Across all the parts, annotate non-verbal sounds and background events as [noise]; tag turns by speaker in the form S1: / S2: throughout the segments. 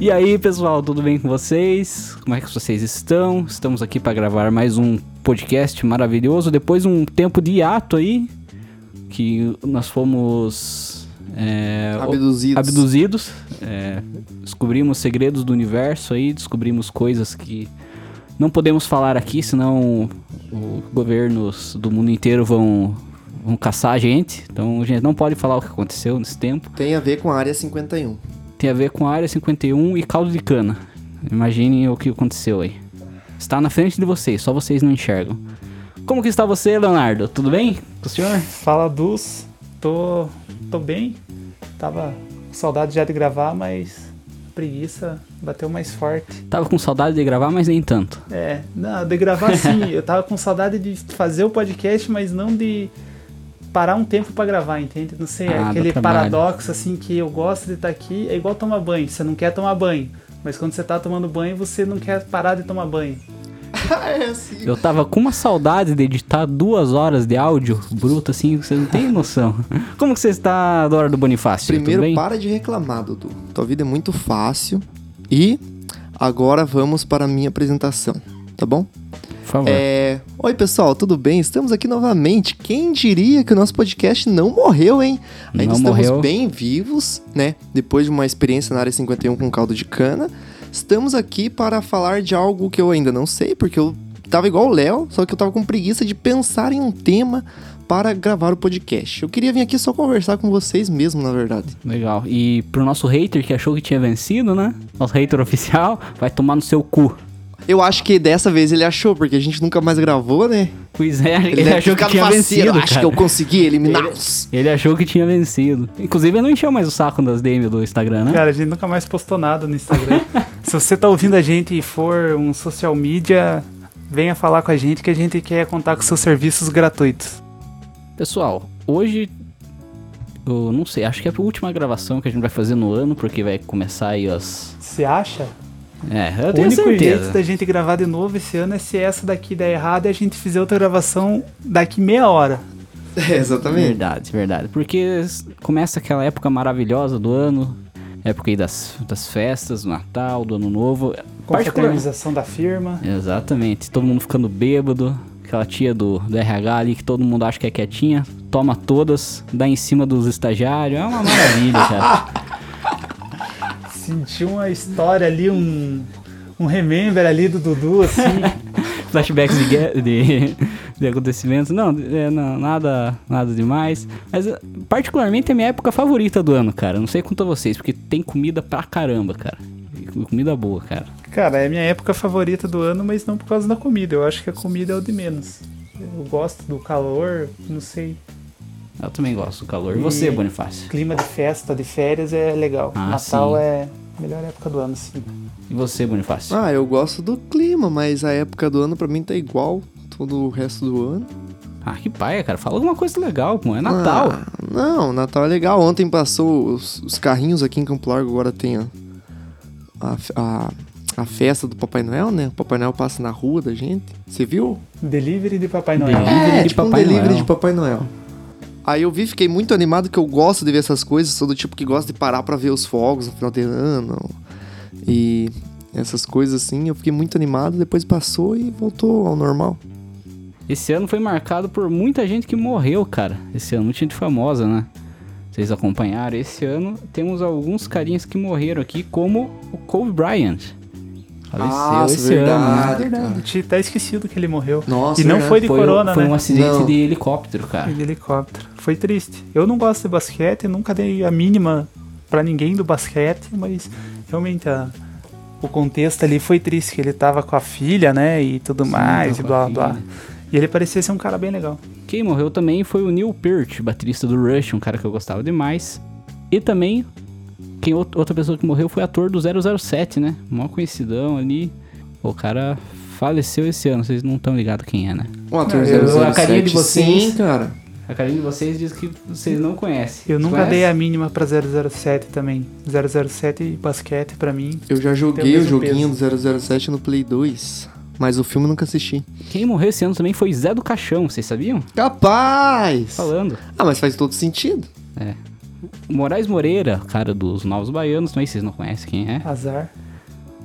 S1: E aí, pessoal, tudo bem com vocês? Como é que vocês estão? Estamos aqui para gravar mais um podcast maravilhoso. Depois de um tempo de hiato aí, que nós fomos é, o-
S2: Abduzidos.
S1: abduzidos, é, descobrimos segredos do universo aí, descobrimos coisas que não podemos falar aqui, senão os governos do mundo inteiro vão, vão caçar a gente. Então a gente não pode falar o que aconteceu nesse tempo.
S2: Tem a ver com a área 51.
S1: Tem a ver com a área 51 e caldo de cana. Imaginem o que aconteceu aí. Está na frente de vocês, só vocês não enxergam. Como que está você, Leonardo? Tudo bem com o senhor?
S3: Fala Duz, tô, tô bem. Tava com saudade já de gravar, mas a preguiça bateu mais forte.
S1: Tava com saudade de gravar, mas nem tanto.
S3: É, não, de gravar
S1: [laughs]
S3: sim. Eu tava com saudade de fazer o podcast, mas não de parar um tempo pra gravar, entende? Não sei, é
S1: Ah, dá
S3: aquele
S1: trabalho.
S3: paradoxo assim que eu gosto de estar aqui, é igual tomar banho. Você não quer tomar banho, mas quando você tá tomando banho, você não quer parar de tomar banho.
S2: Ah, é assim.
S1: Eu tava com uma saudade de editar duas horas de áudio bruto, assim, que você não tem noção. Como que você está, Dora do Bonifácio? Tudo
S2: Primeiro,
S1: bem?
S2: para de reclamar, Dudu. Tua vida é muito fácil. E agora vamos para a minha apresentação, tá bom?
S1: Por favor.
S2: É... Oi, pessoal, tudo bem? Estamos aqui novamente. Quem diria que o nosso podcast não morreu, hein? Ainda
S1: Não
S2: estamos
S1: morreu.
S2: bem vivos, né? Depois de uma experiência na área 51 com caldo de cana. Estamos aqui para falar de algo que eu ainda não sei, porque eu tava igual o Léo, só que eu tava com preguiça de pensar em um tema para gravar o podcast. Eu queria vir aqui só conversar com vocês mesmo, na verdade.
S1: Legal. E pro nosso hater que achou que tinha vencido, né? Nosso hater [laughs] oficial, vai tomar no seu cu.
S2: Eu acho que dessa vez ele achou, porque a gente nunca mais gravou, né?
S1: Pois é, ele,
S2: deve ter
S1: achou que
S2: ficado
S1: tinha
S2: faceiro.
S1: vencido.
S2: Acho
S1: cara.
S2: que eu consegui eliminá-los.
S1: Ele achou que tinha vencido. Inclusive, ele não encheu mais o saco das DM do Instagram, né?
S3: Cara, a gente nunca mais postou nada no Instagram.
S1: [laughs]
S3: Se você tá ouvindo a gente e for um social media, venha falar com a gente que a gente quer contar com seus serviços gratuitos.
S1: Pessoal, hoje. Eu não sei, acho que é a última gravação que a gente vai fazer no ano, porque vai começar aí as.
S3: Você acha?
S1: É, eu
S3: o
S1: tenho
S3: único jeito
S1: certeza.
S3: da gente gravar de novo esse ano é se essa daqui der errado e a gente fizer outra gravação daqui meia hora.
S2: [laughs] É,
S3: tá
S2: exatamente.
S1: Verdade, verdade. Porque s- começa aquela época maravilhosa do ano, época aí das, das festas, do Natal, do Ano Novo.
S3: Com a
S1: Particular-
S3: fraternização da firma.
S1: Exatamente, todo mundo ficando bêbado. Aquela tia do, do RH ali que todo mundo acha que é quietinha, toma todas, dá em cima dos estagiários. É uma maravilha,
S2: [laughs]
S1: cara.
S3: Sentiu uma história ali, um, um remember ali do
S1: [laughs]
S3: Dudu, assim.
S1: Flashbacks de, gue- de, de acontecimentos. Não, é, não, nada, nada demais. Mas eh, particularmente é minha época favorita do ano, cara. Não sei quanto a vocês, porque tem comida pra caramba, cara. E Comida boa, cara.
S3: Cara, é minha época favorita do ano, mas não por causa da comida. Eu acho que a comida é o de menos. Eu gosto do calor, não sei.
S1: Eu também gosto do calor. E você,
S3: E-
S1: Bonifácio?
S3: clima de festa, de férias é legal.
S1: Ah,
S3: Natal
S1: sim.
S3: é a melhor época do ano, sim.
S1: E você, Bonifácio?
S2: Ah, eu gosto do clima, mas a época do ano pra mim tá igual todo o resto do ano.
S1: Ah, que paia, cara. Fala alguma coisa legal, pô. É Natal.
S2: Ah, não, Natal é legal. Ontem passou os, os carrinhos aqui em Campo Largo, agora tem a, a, a- a festa do Papai Noel, né? O Papai Noel passa na rua da gente. Você viu?
S3: Delivery de Papai Noel.
S1: Delivery.
S2: é,
S1: de
S2: tipo
S1: Papai
S2: um delivery
S1: Noel.
S2: de Papai Noel. Aí eu vi, fiquei muito animado que eu gosto de ver essas coisas, sou do tipo que gosta de parar pra ver os fogos no final de ano. E essas coisas assim, eu fiquei muito animado, depois passou e voltou ao normal.
S1: Esse ano foi marcado por muita gente que morreu, cara. Esse ano, muita gente famosa, né? Vocês acompanharam. Esse ano temos alguns carinhas que morreram aqui, como o Kobe Bryant. Faleceu
S2: Nossa,
S1: né?
S2: verdade.
S3: É Verdade, tinha até esquecido que ele morreu.
S2: Nossa, é.
S3: e não
S2: verdade.
S3: foi de
S1: Foi,
S3: corona,
S1: foi
S3: né?
S1: um acidente
S2: Não.
S1: de helicóptero, cara.
S3: Foi de helicóptero. Foi triste. Eu não gosto de basquete, nunca dei a mínima pra ninguém do basquete, mas realmente a- o contexto ali foi triste, que ele tava com a filha, né, e tudo
S1: Sim,
S3: mais, e
S1: tava
S3: blá,
S1: com a
S3: blá.
S1: filha.
S3: E ele parecia ser um cara bem legal.
S1: Quem morreu também foi o Neil Peart, baterista do Rush, um cara que eu gostava demais. E também, quem out- outra pessoa que morreu foi o ator do 007, né? Mó coincidão ali. O cara faleceu esse ano, vocês não estão ligados quem é, né?
S2: Um ator
S3: Eu-
S2: 007,
S1: a carinha de vocês.
S2: Sim, cara.
S1: A carinha de vocês diz que vocês não conhecem.
S3: Eu nunca
S1: Conhece?
S3: dei a mínima pra 007 também. 007 e basquete pra mim
S2: Eu já
S3: Tem
S2: joguei
S3: o
S2: o
S3: mesmo
S2: joguinho do 007 no Play 2, mas o filme eu nunca assisti.
S1: Quem morreu esse ano também foi Zé do Caixão, vocês sabiam?
S2: Capaz!
S1: Falando.
S2: Ah, mas faz todo sentido.
S1: É. Moraes Moreira, cara dos Novos Baianos, mas vocês não conhecem quem é.
S3: Azar.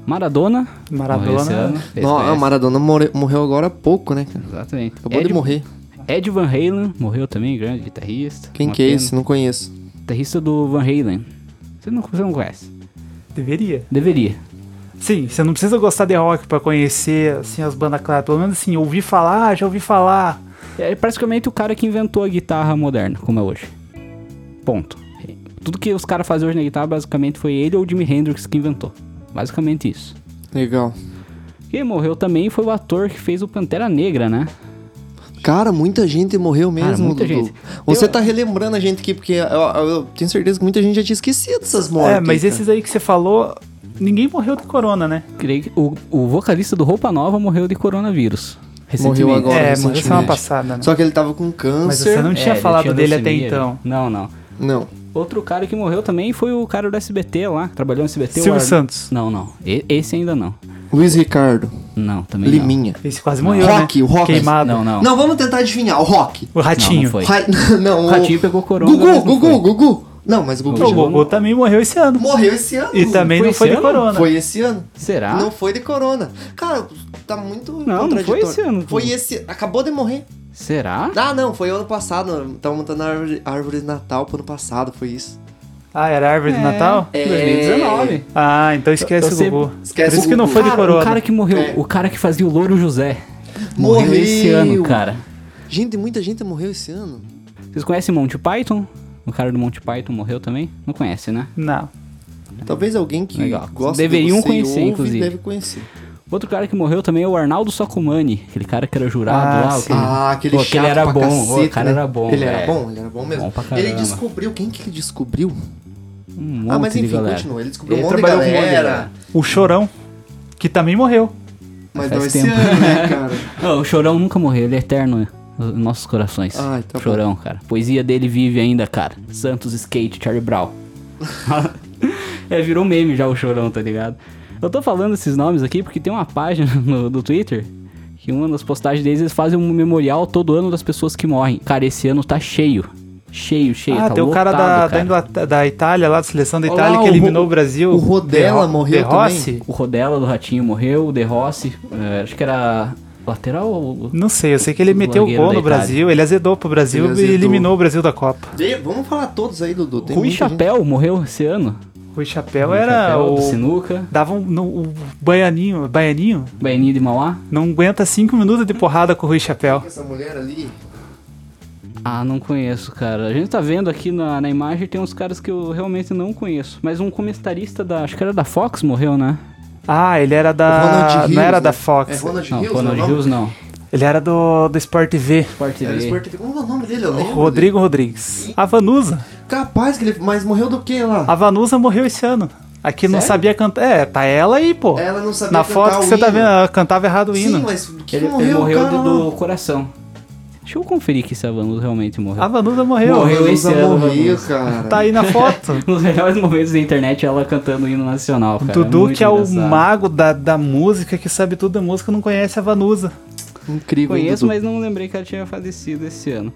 S1: Maradona.
S3: Maradona.
S1: morreu esse ano, vocês
S2: Não, a
S1: conhecem.
S2: Maradona more- morreu agora há pouco, né, cara?
S1: Exatamente.
S2: Acabou
S1: Ed-
S2: de morrer.
S1: Ed Van Halen morreu também, grande guitarrista.
S2: Quem
S1: Uma
S2: que é
S1: pena.
S2: esse? Não conheço.
S1: Guitarrista do Van Halen. Você não, você não conhece.
S3: Deveria.
S1: Deveria.
S3: Sim, você não precisa gostar de rock pra conhecer assim, as bandas claras. Pelo menos assim, ouvi falar, já ouvi falar.
S1: É praticamente o cara que inventou a guitarra moderna, como é hoje. Ponto. Tudo que os caras fazem hoje na guitarra, basicamente, foi ele ou o Jimi Hendrix que inventou. Basicamente isso.
S2: Legal.
S1: Quem morreu também foi o ator que fez o Pantera Negra, né?
S2: Cara, muita gente morreu mesmo,
S1: Cara, muita
S2: Dudu.
S1: gente.
S2: Você
S1: Eu-
S2: tá relembrando a gente aqui, porque eu, eu tenho certeza que muita gente já tinha esquecido essas mortes.
S3: é, mas
S2: cara.
S3: esses aí que você falou, ninguém morreu de corona, né?
S1: Creio que O, o vocalista do Roupa Nova morreu de coronavírus. Recentemente.
S2: Morreu agora,
S3: é, morreu
S2: recentemente.
S3: semana passada, né?
S2: Só que ele tava com câncer.
S3: Mas É, você não tinha
S1: É, ele
S3: falado dele até
S1: leucemia,
S3: então.
S1: Não, não.
S2: Não.
S1: Outro cara que morreu também foi o cara do SBT lá, que trabalhou no SBT. o
S3: Silvio
S1: Arli-
S3: Santos.
S1: Não, não. E- esse ainda não.
S2: Luiz Ricardo.
S1: Não, também não.
S2: Liminha.
S3: Esse quase morreu,
S2: Rock,
S3: né?
S2: o Rock.
S3: Queimado.
S1: é Não, não.
S2: Não. vamos tentar adivinhar. O Rock.
S3: O Ratinho.
S1: Não, não foi.
S2: Ra... [laughs] não,
S1: O
S2: o...
S1: Ratinho pegou corona, né, mas
S2: Gugu,
S1: não
S2: Gugu,
S1: foi.
S2: Gugu. Não, mas o Gugu
S3: O
S2: já
S3: Gogô também morreu esse ano.
S2: morreu esse ano.
S3: E também
S1: Foi
S3: não foi de
S1: esse ano?
S3: corona.
S2: Foi esse ano.
S1: Será?
S2: Não foi de corona. Cara, tá muito
S1: Não, não foi
S2: contraditório.
S1: esse ano.
S2: Foi esse... Acabou de morrer.
S1: Será?
S2: Ah, não, foi ano passado. Tava montando a árvore, a árvore de Natal pro ano passado, foi isso.
S3: Ah, era árvore de Natal?
S2: É.
S1: 2019.
S3: Ah, então esquece
S1: Eu- eu
S3: o
S1: sempre-
S3: Gogô.
S2: Esquece
S3: Por isso
S2: o
S3: que não
S2: Gugu.
S3: foi de né?
S1: Cara,
S3: corona.
S1: o cara que morreu,
S2: É.
S1: o cara que fazia o Louro José.
S2: Morreu.
S1: Morreu esse ano, cara.
S2: Gente, muita gente morreu esse ano.
S1: Vocês conhecem Monty Python? O cara do Monty Python morreu também? Não conhece, né?
S3: Não.
S2: Talvez alguém que
S1: Legal.
S2: gosta
S1: Deveriam
S2: de você e
S1: conhecer,
S2: ouve,
S1: inclusive.
S2: deve conhecer.
S1: Outro cara que morreu também é o Arnaldo Socomani, aquele cara que era jurado
S3: Ah,
S1: lá.
S3: sim.
S1: aquele-
S2: Ah, aquele
S1: Pô,
S2: chato
S1: aquele era
S2: pra
S1: bom,
S2: cacete,
S1: o cara
S2: né?
S1: era bom.
S2: Ele era
S1: é.
S2: bom, ele era bom mesmo.
S1: Bom pra caramba.
S2: ele descobriu, quem que ele descobriu?
S1: Um monte
S2: ah, mas
S1: de
S2: enfim,
S1: galera.
S2: continua. Ele descobriu
S1: Ele
S2: um monte de
S1: trabalhou com um monte de
S2: galera.
S1: galera.
S3: O Chorão, que também morreu.
S2: Mas
S1: Faz
S2: não esse
S1: tempo. [laughs]
S2: ano, né, cara?
S1: Não, o Chorão nunca morreu, ele é eterno né, nos nossos corações.
S3: Ah,
S2: Ai, tá
S3: então
S2: bom.
S1: Chorão, cara. Poesia dele vive ainda, cara. Santos Skate, Charlie Brown. [laughs] é, virou meme já o Chorão, tá ligado? Eu tô falando esses nomes aqui porque tem uma página [laughs] no, do Twitter que uma das postagens deles eles fazem um memorial todo ano das pessoas que morrem. Cara, esse ano tá cheio. Cheio, cheio.
S3: ah,
S1: tá
S3: tem o cara,
S1: lotado,
S3: da,
S1: cara.
S3: Da, Inglaterra, da Itália, lá da seleção da
S2: Olha
S3: Itália,
S2: lá,
S3: que
S2: o
S3: eliminou
S2: Ro-
S3: o, Brasil.
S2: o Rodella
S3: De-
S2: morreu
S3: De Rossi?
S1: O Rodella do Ratinho morreu, o De Rossi, eh, acho que era lateral ou...
S3: Não sei, eu sei que ele
S1: O
S3: meteu o
S1: zagueiro
S3: gol
S1: da
S3: no
S1: Itália.
S3: Brasil, ele azedou pro Brasil
S2: Ele
S3: e
S2: azedou.
S3: eliminou o Brasil da Copa.
S2: De- Vamos falar todos aí, Dudu. Tem
S1: Rui
S2: muita gente.
S1: Chapéu morreu esse ano.
S3: Rui Chapéu
S1: Rui
S3: era
S1: Chapéu, do
S3: o.
S1: Sinuca.
S3: Dava um. No, o baianinho. Baianinho
S1: Baianinho de Mauá?
S3: não aguenta cinco minutos de porrada com o Rui Chapéu.
S2: Essa mulher ali...
S1: Ah, não conheço, cara. A gente tá vendo aqui na, na imagem, tem uns caras que eu realmente não conheço. Mas um comentarista da. Acho que era da Fox morreu, né?
S3: Ah, ele era
S2: o
S3: da.
S2: Ronald Hills,
S3: não era
S2: né?
S3: da Fox.
S2: É Ronald
S1: não,
S2: Hills,
S1: Ronald
S2: não é o nome?
S1: Hughes não.
S3: Ele era do, do Sport TV.
S1: Sport
S2: Era
S1: TV.
S2: Sport TV. Como é o nome dele? Eu lembro dele.
S3: Rodrigo Rodrigues. A Vanusa.
S2: Capaz que ele... Mas morreu do que lá?
S1: Ah,
S3: A Vanusa morreu esse ano. Aqui não
S1: Sério?
S3: sabia cantar. É, tá ela aí, pô.
S2: Ela não sabia
S3: Na
S2: cantar
S3: foto
S2: o
S3: que você tá
S2: hino.
S3: vendo, ela cantava errado o hino.
S2: Sim, mas que
S1: Ele ele
S2: morreu,
S1: morreu,
S2: cara,
S1: do,
S2: lá?
S1: do coração. Deixa eu conferir aqui se a Vanusa realmente morreu.
S3: A Vanusa morreu.
S1: Morreu
S2: Ela
S1: esse
S2: usa
S1: ano,
S2: morreu,
S1: Vanusa.
S2: cara.
S3: Tá aí
S2: [laughs]
S3: na foto.
S1: [laughs] Nos melhores momentos da internet, ela cantando o hino nacional, cara.
S3: Dudu,
S1: Muito
S3: que é o
S1: engraçado.
S3: mago da, da música, que sabe tudo da música, não conhece a Vanusa.
S2: Incrível. hein,
S1: Conheço,
S2: Dudu?
S1: mas não lembrei que ela tinha falecido esse ano.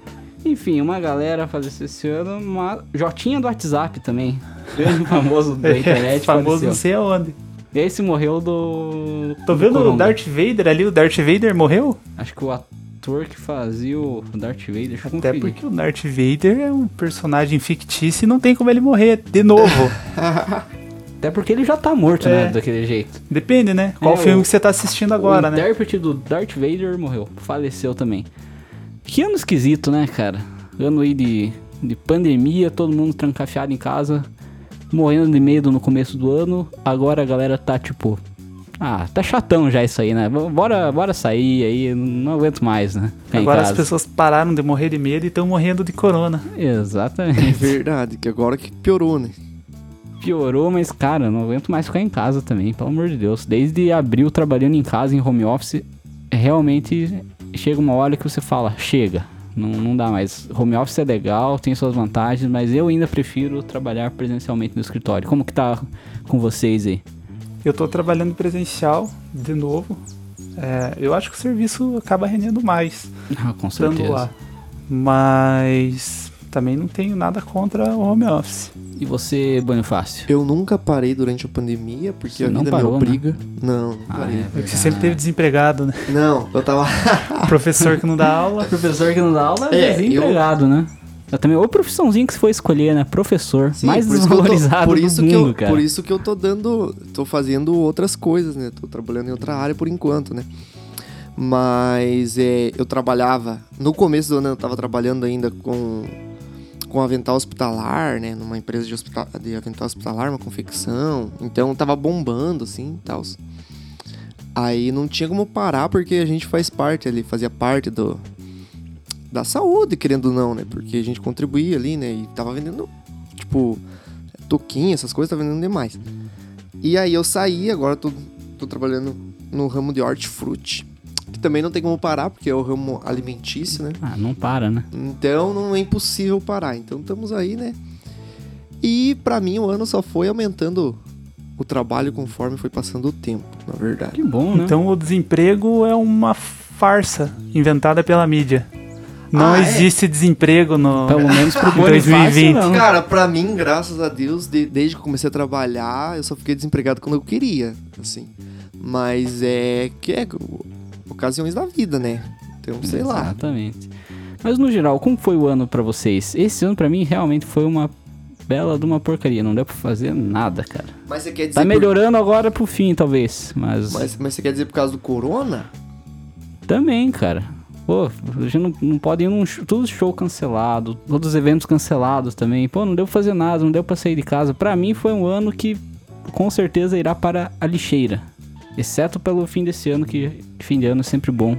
S1: Enfim, uma galera faleceu esse ano, uma Jotinha do WhatsApp também. Grande [laughs] famoso
S3: [laughs]
S1: da internet.
S3: É, famoso não
S1: faleceu.
S3: sei aonde.
S1: Esse morreu do.
S3: Tô
S1: do
S3: vendo o
S1: Coronga.
S3: Darth Vader ali, o Darth Vader morreu?
S1: Acho que o ator que fazia o Darth Vader. Deixa eu
S3: Até
S1: conferir.
S3: porque o Darth Vader é um personagem fictício e não tem como ele morrer de novo.
S1: [laughs] Até porque ele já tá morto,
S3: É.
S1: né? Daquele jeito.
S3: Depende, né? Qual
S1: É,
S3: filme
S1: o-
S3: que você tá assistindo agora,
S1: o
S3: né?
S1: intérprete do Darth Vader morreu. Faleceu também. Que ano esquisito, né, cara? Ano aí de, de pandemia, todo mundo trancafiado em casa, morrendo de medo no começo do ano. Agora a galera tá tipo. Ah, tá chatão já isso aí, né? B- Bora, bora sair aí, não aguento mais, né? Ficar em
S3: Agora as
S1: casa.
S3: pessoas pararam de morrer de medo e estão morrendo de corona.
S1: Exatamente.
S2: É Verdade, que agora que piorou, né?
S1: Piorou, mas cara, não aguento mais ficar em casa também, pelo amor de Deus. Desde abril trabalhando em casa, em home office, realmente chega uma hora que você fala, chega, não, não dá mais. Home office é legal, tem suas vantagens, mas eu ainda prefiro trabalhar presencialmente no escritório. Como que tá com vocês aí?
S3: Eu tô trabalhando presencial de novo. É, eu acho que o serviço acaba rendendo mais
S1: Ah, com
S3: estando
S1: certeza.
S3: lá. Mas também não tenho nada contra o home office.
S1: E você, banho fácil?
S2: Eu nunca parei durante a pandemia, porque
S1: Você
S2: a
S1: não
S2: vida
S1: parou,
S2: me
S1: né?
S2: obriga. Não, não
S1: Ah,
S2: parei.
S1: é
S3: É que você
S1: verdade.
S3: sempre teve desempregado, né?
S2: Não, eu tava. Ah.
S3: Professor que não
S2: [laughs]
S3: dá aula.
S1: Professor que não dá aula é
S2: É,
S1: desempregado, né? Eu também, ou profissãozinho que você foi escolher, né? Professor.
S2: Sim,
S1: mais
S2: por isso que eu tô-
S1: desvalorizado
S2: por isso
S1: do
S2: que
S1: mundo,
S2: eu,
S1: cara.
S2: Por isso que eu tô dando. tô fazendo outras coisas, né? Tô trabalhando em outra área por enquanto, né? Mas é, eu trabalhava. No começo do ano eu tava trabalhando ainda com. Com avental hospitalar, né? Numa empresa de, hospita- de avental hospitalar, uma confecção. Então tava bombando, assim, e tal. Aí não tinha como parar, porque a gente faz parte ali, fazia parte do, da saúde, querendo ou não, né? Porque a gente contribuía ali, né? E tava vendendo, tipo, toquinha, essas coisas, tava vendendo demais. E aí eu saí, agora tô, tô trabalhando no ramo de hortifruti, que também não tem como parar, porque é o ramo alimentício, né?
S1: Ah, não para, né?
S2: Então não é impossível parar. Então estamos aí, né? E pra mim o ano só foi aumentando o trabalho conforme foi passando o tempo, na verdade.
S1: Que bom, né?
S3: Então o desemprego é uma farsa inventada pela mídia. Não
S2: Ah, é? Então-
S3: existe desemprego no.
S1: Pelo menos pro
S3: Em
S1: Bonifácio,
S3: 2020.
S1: não.
S2: Cara, pra mim, graças a Deus, de- desde que eu comecei a trabalhar, eu só fiquei desempregado quando eu queria, assim. Mas é que é o- ocasiões da vida, né? Então, sei lá.
S1: Exatamente. Mas no geral, como foi o ano pra vocês? Esse ano pra mim realmente foi uma bela de uma porcaria. Não deu pra fazer nada, cara.
S2: Mas você quer dizer
S1: Tá
S2: é por-
S1: melhorando agora pro fim, talvez. Mas,
S2: Mas, mas você quer dizer por causa do corona?
S1: também, cara. Pô, a gente não, não pode ir num show, todo show cancelado, todos os eventos cancelados também. Pô, não deu pra fazer nada, não deu pra sair de casa. Pra mim foi um ano que com certeza irá para a lixeira. Exceto pelo fim desse ano, que fim de ano é sempre bom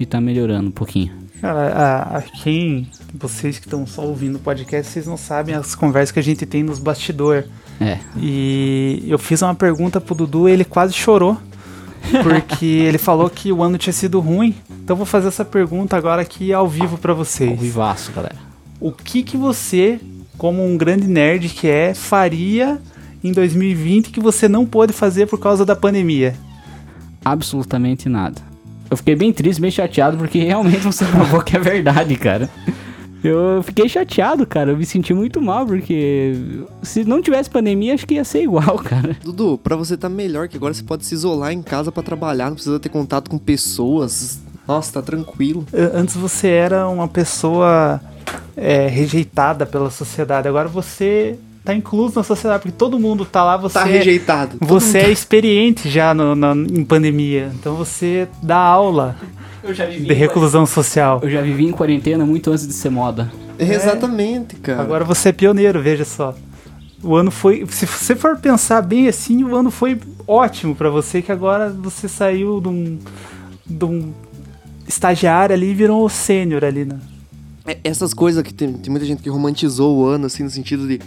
S1: e tá melhorando um pouquinho.
S3: Cara, a, a quem. Vocês que estão só ouvindo o podcast, vocês não sabem as conversas que a gente tem nos bastidores.
S1: É.
S3: E eu fiz uma pergunta pro Dudu, ele quase chorou. Porque ele falou que o ano tinha sido ruim. Então eu vou fazer essa pergunta agora aqui ao vivo pra vocês.
S1: Ao vivaço, galera.
S3: O que que você, como um grande nerd que é, faria em 2020 que você não pôde fazer por causa da pandemia?
S1: absolutamente nada. Eu fiquei bem triste, bem chateado, porque [laughs] realmente você provou que é verdade, cara. Eu fiquei chateado, cara. Eu me senti muito mal, porque se não tivesse pandemia, acho que ia ser igual, [laughs] cara.
S2: Dudu, pra você tá melhor, que agora você pode se isolar em casa pra trabalhar, não precisa ter contato com pessoas. Nossa, tá tranquilo.
S3: A- Antes você era uma pessoa é, rejeitada pela sociedade, agora você tá incluso na sociedade, porque todo mundo tá lá, você
S2: Tá
S3: [laughs]
S2: rejeitado. Todo
S3: Você é experiente já no- na- em pandemia, então você dá aula
S1: Eu já
S3: de reclusão social.
S1: Eu já vivi em quarentena muito antes de ser moda.
S2: mundo- Exatamente, cara.
S3: Agora você é pioneiro, veja só. O ano foi. Se você for pensar bem assim, o ano foi ótimo pra você, que agora você saiu de um, de um estagiário ali e virou um sênior ali, né?
S2: É, Essas coisas que tem, tem muita gente que romantizou o ano, assim, no sentido de.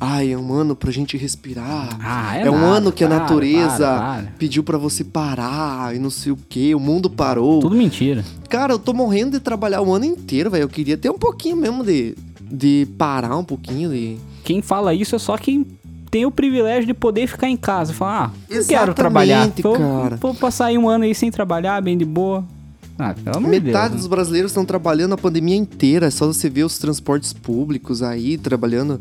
S2: Ai, é um ano pra gente respirar.
S1: Ah,
S2: é um
S1: nada,
S2: ano que a
S1: para,
S2: natureza
S1: para, para.
S2: pediu pra você parar e não sei o que, o mundo parou.
S1: Tudo mentira.
S2: Cara, eu tô morrendo de trabalhar o ano inteiro, velho. Eu queria ter um pouquinho mesmo de, de parar um pouquinho. De...
S1: Quem fala isso é só quem tem o privilégio de poder ficar em casa. Falar, ah, não quero trabalhar.
S2: Exatamente,
S1: Vou,
S2: cara.
S1: vou passar aí um ano aí sem trabalhar, bem de boa. Ah, pelo amor de Deus,
S2: Metade
S1: né?
S2: dos brasileiros estão trabalhando a pandemia inteira. É só você ver os transportes públicos aí trabalhando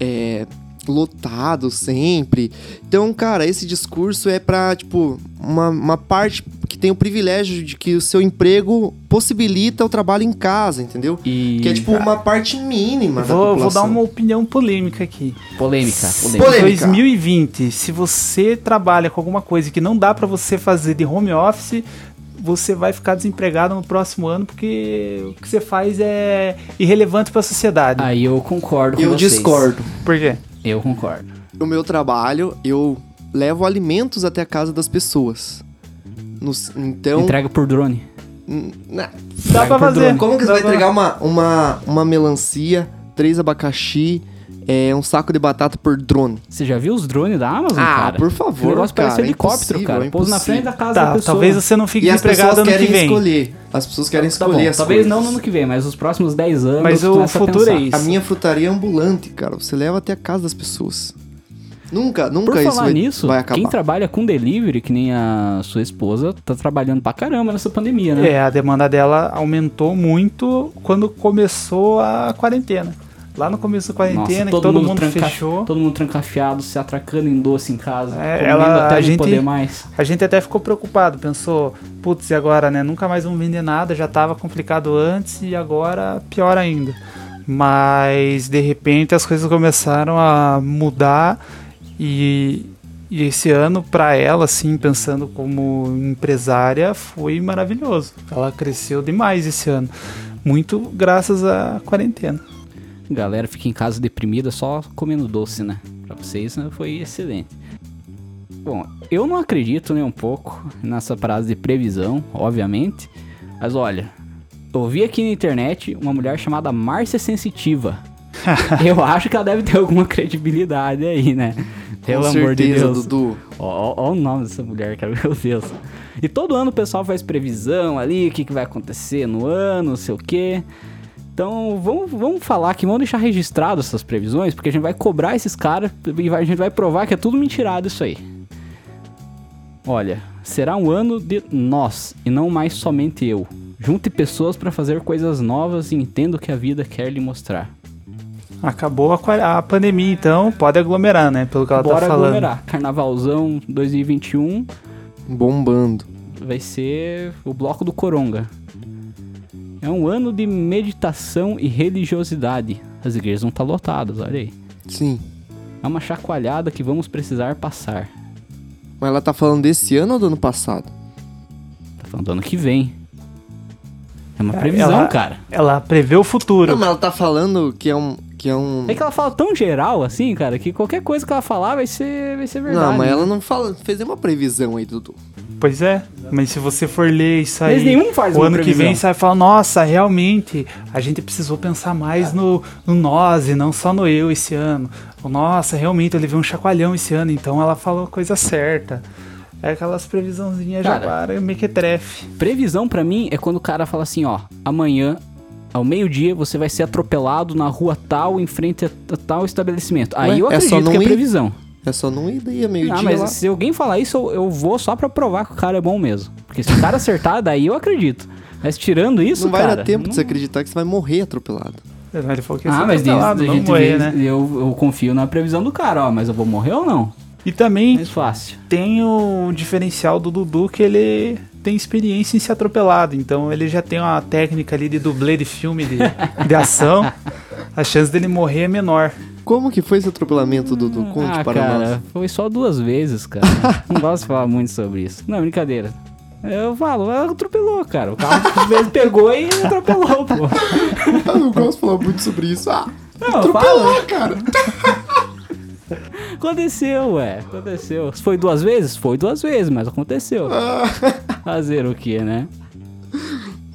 S2: é, lotado sempre. Então, cara, esse discurso é pra, tipo, uma, uma parte que tem o privilégio de que o seu emprego possibilita o trabalho em casa, entendeu?
S1: E...
S2: Que é, tipo, uma parte mínima da
S3: Vou, vou dar
S2: população.
S1: um
S3: uma opinião polêmica aqui.
S1: Polêmica, polêmica.
S2: Polêmica.
S3: 2020, se você trabalha com alguma coisa que não dá pra você fazer de home office, você vai ficar desempregado no próximo ano porque o que você faz é irrelevante pra sociedade.
S1: Aí eu concordo com
S2: Eu
S1: vocês.
S2: discordo.
S3: Por quê?
S1: Eu concordo.
S2: no meu trabalho, eu levo alimentos até a casa das pessoas. Nos- então.
S1: Entrega por drone.
S2: n- na-
S3: Dá pra
S1: por
S3: fazer.
S2: como que você
S3: Dá
S2: vai
S3: pra-
S2: entregar uma, uma, uma melancia, três abacaxi, é, um saco de batata por drone?
S1: Você já viu os drones da Amazon,
S2: Ah,
S1: cara?
S2: por favor,
S1: O negócio parece
S2: cara, é
S1: helicóptero,
S2: impossível,
S1: cara.
S2: é
S1: Pousa na
S2: impossível.
S1: frente da casa da
S3: Tá,
S1: pessoa.
S3: talvez você não fique
S2: E as pessoas
S3: desempregado ano que
S2: querem
S3: vem.
S2: escolher. As pessoas querem
S1: Tá bom,
S2: escolher as
S1: talvez
S2: coisas.
S1: não no ano que vem, mas nos próximos 10 anos.
S3: Mas
S1: tu
S3: o
S1: começa a
S3: futuro
S1: pensar.
S3: é isso.
S2: A minha frutaria é ambulante, cara. Você leva até a casa das pessoas. Nunca, nunca
S1: Por
S2: isso
S1: falar
S2: vai,
S1: nisso,
S2: vai
S1: quem
S2: acabar.
S1: trabalha com delivery, que nem a sua esposa, tá trabalhando pra caramba nessa pandemia, né?
S3: É, a demanda dela aumentou muito quando começou a quarentena. Lá no começo da
S1: Nossa,
S3: quarentena,
S1: todo,
S3: que todo
S1: mundo
S3: mundo,
S1: tranca-
S3: fechou.
S1: Todo mundo trancafiado, se atracando em doce em casa.
S3: É,
S1: comendo
S3: ela-
S1: até
S3: a
S1: não
S3: gente-
S1: poder mais.
S3: A gente até ficou preocupado, pensou, putz, e agora, né? Nunca mais vão vender nada, já tava complicado antes e agora pior ainda. Mas de repente as coisas começaram a mudar e, e esse ano para ela, assim, pensando como empresária, foi maravilhoso. Ela cresceu demais esse ano, muito graças à quarentena.
S1: Galera fica em casa deprimida só comendo doce, né? Pra vocês né, foi excelente. Bom, eu não acredito nem um pouco nessa frase de previsão, obviamente. Mas olha, eu vi aqui na internet uma mulher chamada Márcia
S2: [laughs]
S1: Sensitiva. eu acho que ela deve ter alguma credibilidade aí, né? Pelo
S2: Com
S1: amor de
S2: certeza,
S1: Deus.
S2: Dudu.
S1: Ó, ó- ó o nome dessa mulher, cara, [laughs] meu Deus. E todo ano o pessoal faz previsão ali, o que, que vai acontecer no ano, não sei o quê. Então vamos, vamos falar aqui, vamos deixar registrado essas previsões, porque a gente vai cobrar esses caras e vai- a gente vai provar que é tudo mentirado isso aí. Olha, será um ano de nós e não mais somente eu. Junte pessoas para fazer coisas novas e entenda o que a vida quer lhe mostrar.
S3: Acabou a, qua- a pandemia, então pode aglomerar, né? Pelo que ela
S1: Bora
S3: tá falando.
S1: aglomerar. Carnavalzão 2021.
S2: Bombando.
S1: vai ser o bloco do Coronga. É um ano de meditação e religiosidade. As igrejas vão estar lotadas, olha aí.
S2: Sim.
S1: É uma chacoalhada que vamos precisar passar.
S2: Mas ela tá falando desse ano ou do ano passado?
S1: Tá falando do ano que vem. É uma
S3: É,
S1: previsão,
S3: ela-
S1: cara.
S3: Ela prevê o futuro.
S2: Não, mas ela tá falando que é um. Que é um...
S1: É que ela fala tão geral assim, cara, que qualquer coisa que ela falar vai ser, vai ser é verdade.
S2: Não, mas ela não fala, fez nenhuma previsão aí, Dudu.
S3: Pois é, mas se você for ler isso aí,
S1: Mas nenhum faz
S3: o
S1: uma
S3: ano que
S1: previsão.
S3: vem você vai falar, nossa, realmente, a gente precisou pensar mais no, no nós e não só no eu esse ano. Ou, Nossa, realmente, eu levei um chacoalhão esse ano, então ela falou a coisa certa. É aquelas previsãozinhas
S1: Cara.
S3: jaguara, mequetrefe.
S1: Previsão pra mim é quando o cara fala assim, ó, amanhã ao meio-dia você vai ser atropelado na rua tal em frente a a tal estabelecimento. Aí
S2: Ué,
S1: eu
S2: é só
S1: acredito
S2: não
S1: que é
S2: ir?
S1: previsão.
S2: É só não ir daí a
S1: Ah,
S2: meio-dia
S1: mas
S2: lá.
S1: se alguém falar isso, eu, eu vou só pra provar que o cara é bom mesmo. Porque se o cara acertar, [laughs] daí eu acredito. Mas tirando isso,
S2: não vai
S1: cara,
S2: dar tempo de
S1: não-
S2: você acreditar que você vai morrer atropelado.
S3: Ele falou que ia ser
S1: Ah, mas diz, a
S3: atropelado, não
S1: gente vê-
S3: morrer, né?
S1: eu, eu confio na previsão do cara, ó, mas eu vou morrer ou não?
S3: E também
S1: Mais fácil.
S3: tem o diferencial do Dudu que ele tem experiência em ser atropelado, então ele já tem uma técnica ali de dublê de filme de, de ação. A chance dele morrer é menor.
S2: Como que foi esse atropelamento, Dudu? Conte
S1: ah,
S2: para
S1: cara,
S2: nós.
S1: foi só duas vezes, cara. não gosto de falar muito sobre isso. Não, é brincadeira. Eu falo, ela atropelou, cara. [laughs] O carro às vezes pegou e atropelou, pô.
S2: [laughs] Eu não gosto de falar muito sobre isso. Ah,
S1: Não, eu falo.
S2: cara.
S1: Aconteceu, ué. Aconteceu. Foi duas vezes? Foi duas vezes, mas aconteceu.
S2: Ah. [laughs]
S1: Fazer o quê, né?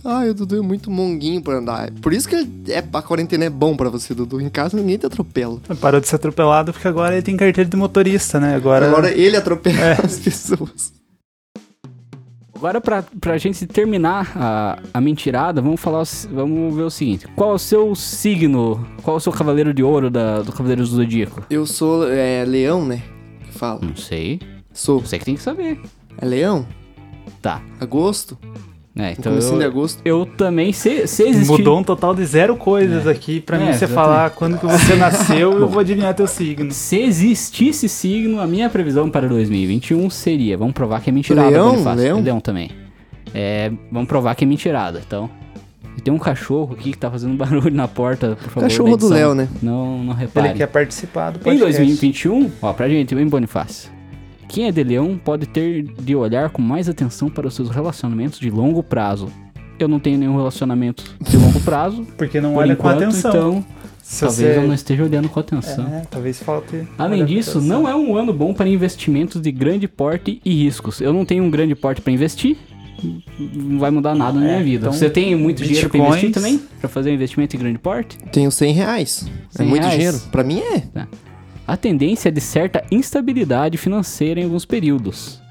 S2: Ai, o Dudu é muito monguinho pra andar. Por isso que ele- é, a quarentena é bom pra você, Dudu. Em casa ninguém te atropela.
S3: Parou de ser atropelado porque agora ele tem carteira de motorista, né? Agora,
S2: Agora é ele atropela
S1: É.
S2: as pessoas.
S1: Agora, pra, pra gente terminar a, a mentirada, vamos falar, o se- vamos ver o seguinte. Qual é o seu signo? Qual é o seu cavaleiro de ouro da, do Cavaleiro do Zodíaco?
S2: Eu sou é, leão, né? Que fala.
S1: Não sei.
S2: Sou.
S1: Você que tem que saber.
S2: É leão?
S1: Tá.
S2: Agosto?
S1: É,
S2: No
S1: então
S2: comecinho de
S1: eu,
S2: agosto.
S1: eu também, se, se existir...
S3: mudou um total de zero coisas aqui pra
S1: É,
S3: mim você
S1: exatamente.
S3: falar quando que
S1: [laughs]
S3: você nasceu eu vou adivinhar teu signo.
S1: Se existisse signo, a minha previsão para 2021 seria... Vamos provar que é mentirada.
S2: Leão,
S1: Bonifácio.
S2: leão.
S1: Leão também. É, vamos provar que é mentirada, então... E Tem um cachorro aqui que tá fazendo [laughs] barulho na porta, por favor. da
S2: Cachorro do
S1: edição.
S2: Léo, né?
S1: Não, não repare.
S3: Ele quer participar do
S1: Em
S3: podcast.
S1: 2021, ó, pra gente, bem Bonifácio. Quem é de leão pode ter de olhar com mais atenção para os seus relacionamentos de longo prazo. Eu não tenho nenhum relacionamento de longo prazo.
S3: Porque não
S1: por
S3: olha
S1: enquanto,
S3: com atenção.
S1: Então,
S3: Se
S1: talvez
S3: você-
S1: eu não esteja olhando com atenção.
S3: É, talvez falte.
S1: Além
S3: olhar com
S1: disso,
S3: atenção.
S1: não é um ano bom para investimentos de grande porte e riscos. Eu não tenho um grande porte para investir. Não vai mudar nada na
S3: É,
S1: minha vida.
S3: então,
S1: Você tem muito dinheiro para investir
S3: bitcoins.
S1: também? Para fazer um investimento em grande porte?
S2: Tenho 100 reais.
S1: 100
S2: é muito
S1: reais.
S2: dinheiro. Pra mim é.
S1: A tendência é de certa instabilidade financeira em alguns períodos.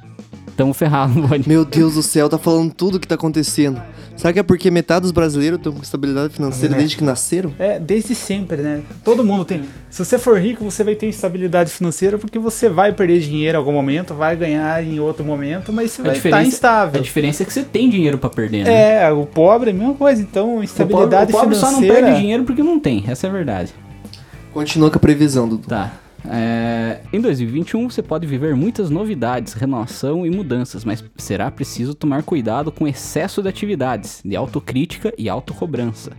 S1: Tamo ferrado, [laughs] Boni.
S2: Meu Deus do céu, tá falando tudo que tá acontecendo. Será que é porque metade dos brasileiros estão com estabilidade financeira
S3: É.
S2: desde que nasceram?
S3: É, desde sempre, né? Todo mundo tem. Se você for rico, você vai ter estabilidade financeira porque você vai perder dinheiro em algum momento, vai ganhar em outro momento, mas você vai estar
S1: a
S3: instável.
S1: diferença é que você tem dinheiro pra perder, né?
S3: É, o pobre é a mesma coisa, então
S1: o pobre, o
S3: estabilidade
S1: pobre só não
S3: financeira.
S1: perde dinheiro porque não tem, essa é a verdade.
S2: Continua com a previsão, Dudu.
S1: Tá. É, em 2021 você pode viver muitas novidades, renovação e mudanças, mas será preciso tomar cuidado com excesso de atividades, de autocrítica e autocobrança.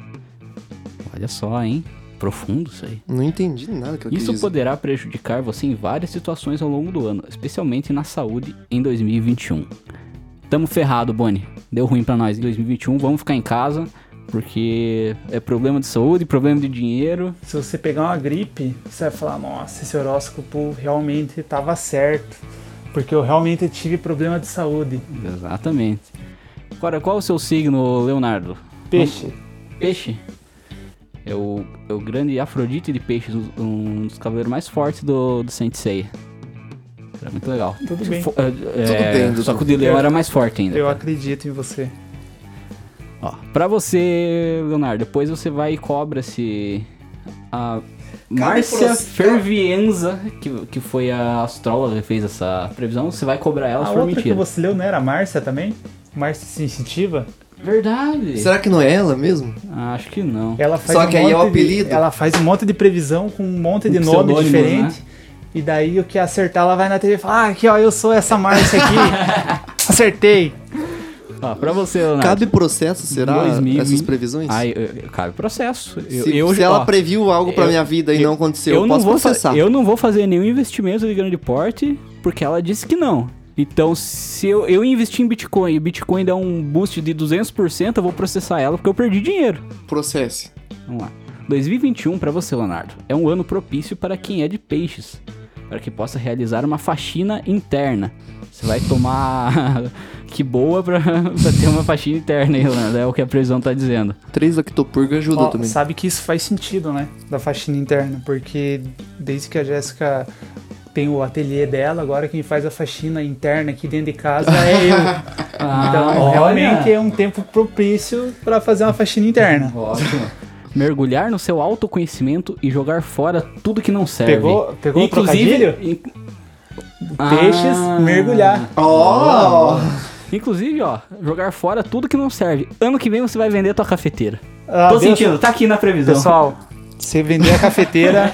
S1: Olha só, hein? Profundo isso aí.
S2: Não entendi nada que eu
S1: Isso poderá prejudicar você em várias situações ao longo do ano, especialmente na saúde em 2021. Tamo ferrado, Boni. Deu ruim pra nós em 2021, vamos ficar em casa, porque é problema de saúde, problema de dinheiro.
S3: Se você pegar uma gripe, você vai falar, nossa, esse horóscopo realmente estava certo. Porque eu realmente tive problema de saúde.
S1: Exatamente. Agora, qual o seu signo, Leonardo?
S3: Peixe.
S1: Peixe. É o, é o grande Afrodite de Peixes, um- um dos cavaleiros mais fortes do, do Saint Seiya. Era muito legal.
S3: Tudo bem.
S1: Fo- é, é,
S2: bem, Dudu.
S1: só que o de Leão era mais forte ainda.
S3: Eu acredito em você.
S1: Ó, pra você, Leonardo, depois você vai e cobra-se a Márcia
S2: processo-
S1: Fervienza, que, que foi a astróloga que fez essa previsão, você vai cobrar ela
S3: A
S1: se for
S3: outra que
S1: mentira.
S3: você leu não era a Márcia também? Márcia Sensitiva?
S1: Verdade.
S2: Será que não é ela mesmo?
S1: Acho que não.
S3: Ela faz
S2: Só
S3: um
S2: que aí é o
S3: monte de-
S2: apelido.
S3: ela faz um monte de previsão com um monte de
S1: Um
S3: nome
S1: pseudônimo,
S3: diferente.
S2: né?
S3: E daí o que acertar, ela vai na TV e fala: Ah, aqui ó, eu sou essa Márcia aqui.
S2: [laughs]
S3: Acertei.
S1: Ó, pra você, Leonardo.
S2: Cabe processo, será?
S1: 2020.
S2: Essas previsões?
S1: um. Ai, eu- cabe processo. Eu,
S2: se
S1: eu-
S2: se ela
S1: ó,
S2: previu algo pra
S1: eu-
S2: minha vida e não aconteceu, eu,
S1: eu não
S2: posso
S1: vou fa-
S2: processar.
S1: Eu não vou fazer nenhum investimento de grande porte, porque ela disse que não. Então, se eu, eu investir em Bitcoin e Bitcoin der um boost de 200%, eu vou processar ela porque eu perdi dinheiro.
S2: Processe.
S1: Vamos lá. 2021 para um você, Leonardo. É um ano propício para quem é de peixes, para que possa realizar uma faxina interna. Você vai tomar [laughs] que boa [laughs] para ter uma faxina interna, hein, Leonardo? É o que a previsão tá dizendo.
S2: Três octopurga ajuda
S3: Ó,
S2: também.
S3: sabe que isso faz sentido, né? Da faxina interna, porque desde que a Jéssica tem o ateliê dela, agora quem faz a faxina interna aqui dentro de casa é
S2: [laughs]
S3: eu. Então,
S1: Ah, olha!
S3: realmente é um tempo propício pra fazer uma faxina interna.
S1: Ótimo. Mergulhar no seu autoconhecimento e jogar fora tudo que não serve.
S3: Pegou, pegou o
S1: Inclusive,
S3: trocadilho?
S1: inc-
S3: Peixes,
S1: Ah.
S3: mergulhar.
S2: Ó!
S1: Inclusive, ó, jogar fora tudo que não serve. Ano que vem você vai vender tua cafeteira.
S3: Ah,
S1: Tô
S3: viu,
S1: sentindo, tá aqui na previsão.
S3: Pessoal, Então, [laughs] se vender a cafeteira,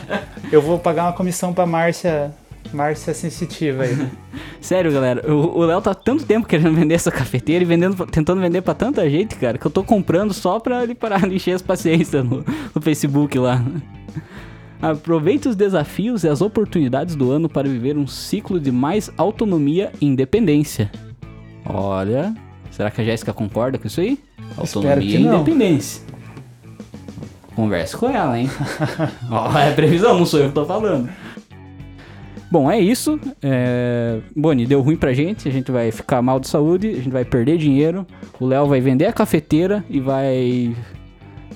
S3: eu vou pagar uma comissão pra Márcia, Márcia Sensitiva aí.
S1: Sério, galera, o o Léo tá há tanto tempo querendo vender essa cafeteira e vendendo, pra- tentando vender pra tanta gente, cara, que eu tô comprando só pra ele parar de encher as paciências no, no Facebook lá. Aproveite os desafios e as oportunidades do ano para viver um ciclo de mais autonomia e independência. Olha, será que a Jéssica concorda com isso aí?
S3: Espero
S1: Autonomia
S3: que
S1: e
S3: não.
S1: independência. Converse com ela,
S3: [laughs]
S1: hein? Ó, é previsão, não sou eu que tô falando. Bom, é isso. É... Boni, deu ruim pra gente. A gente vai ficar mal de saúde, a gente vai perder dinheiro. O Léo vai vender a cafeteira e vai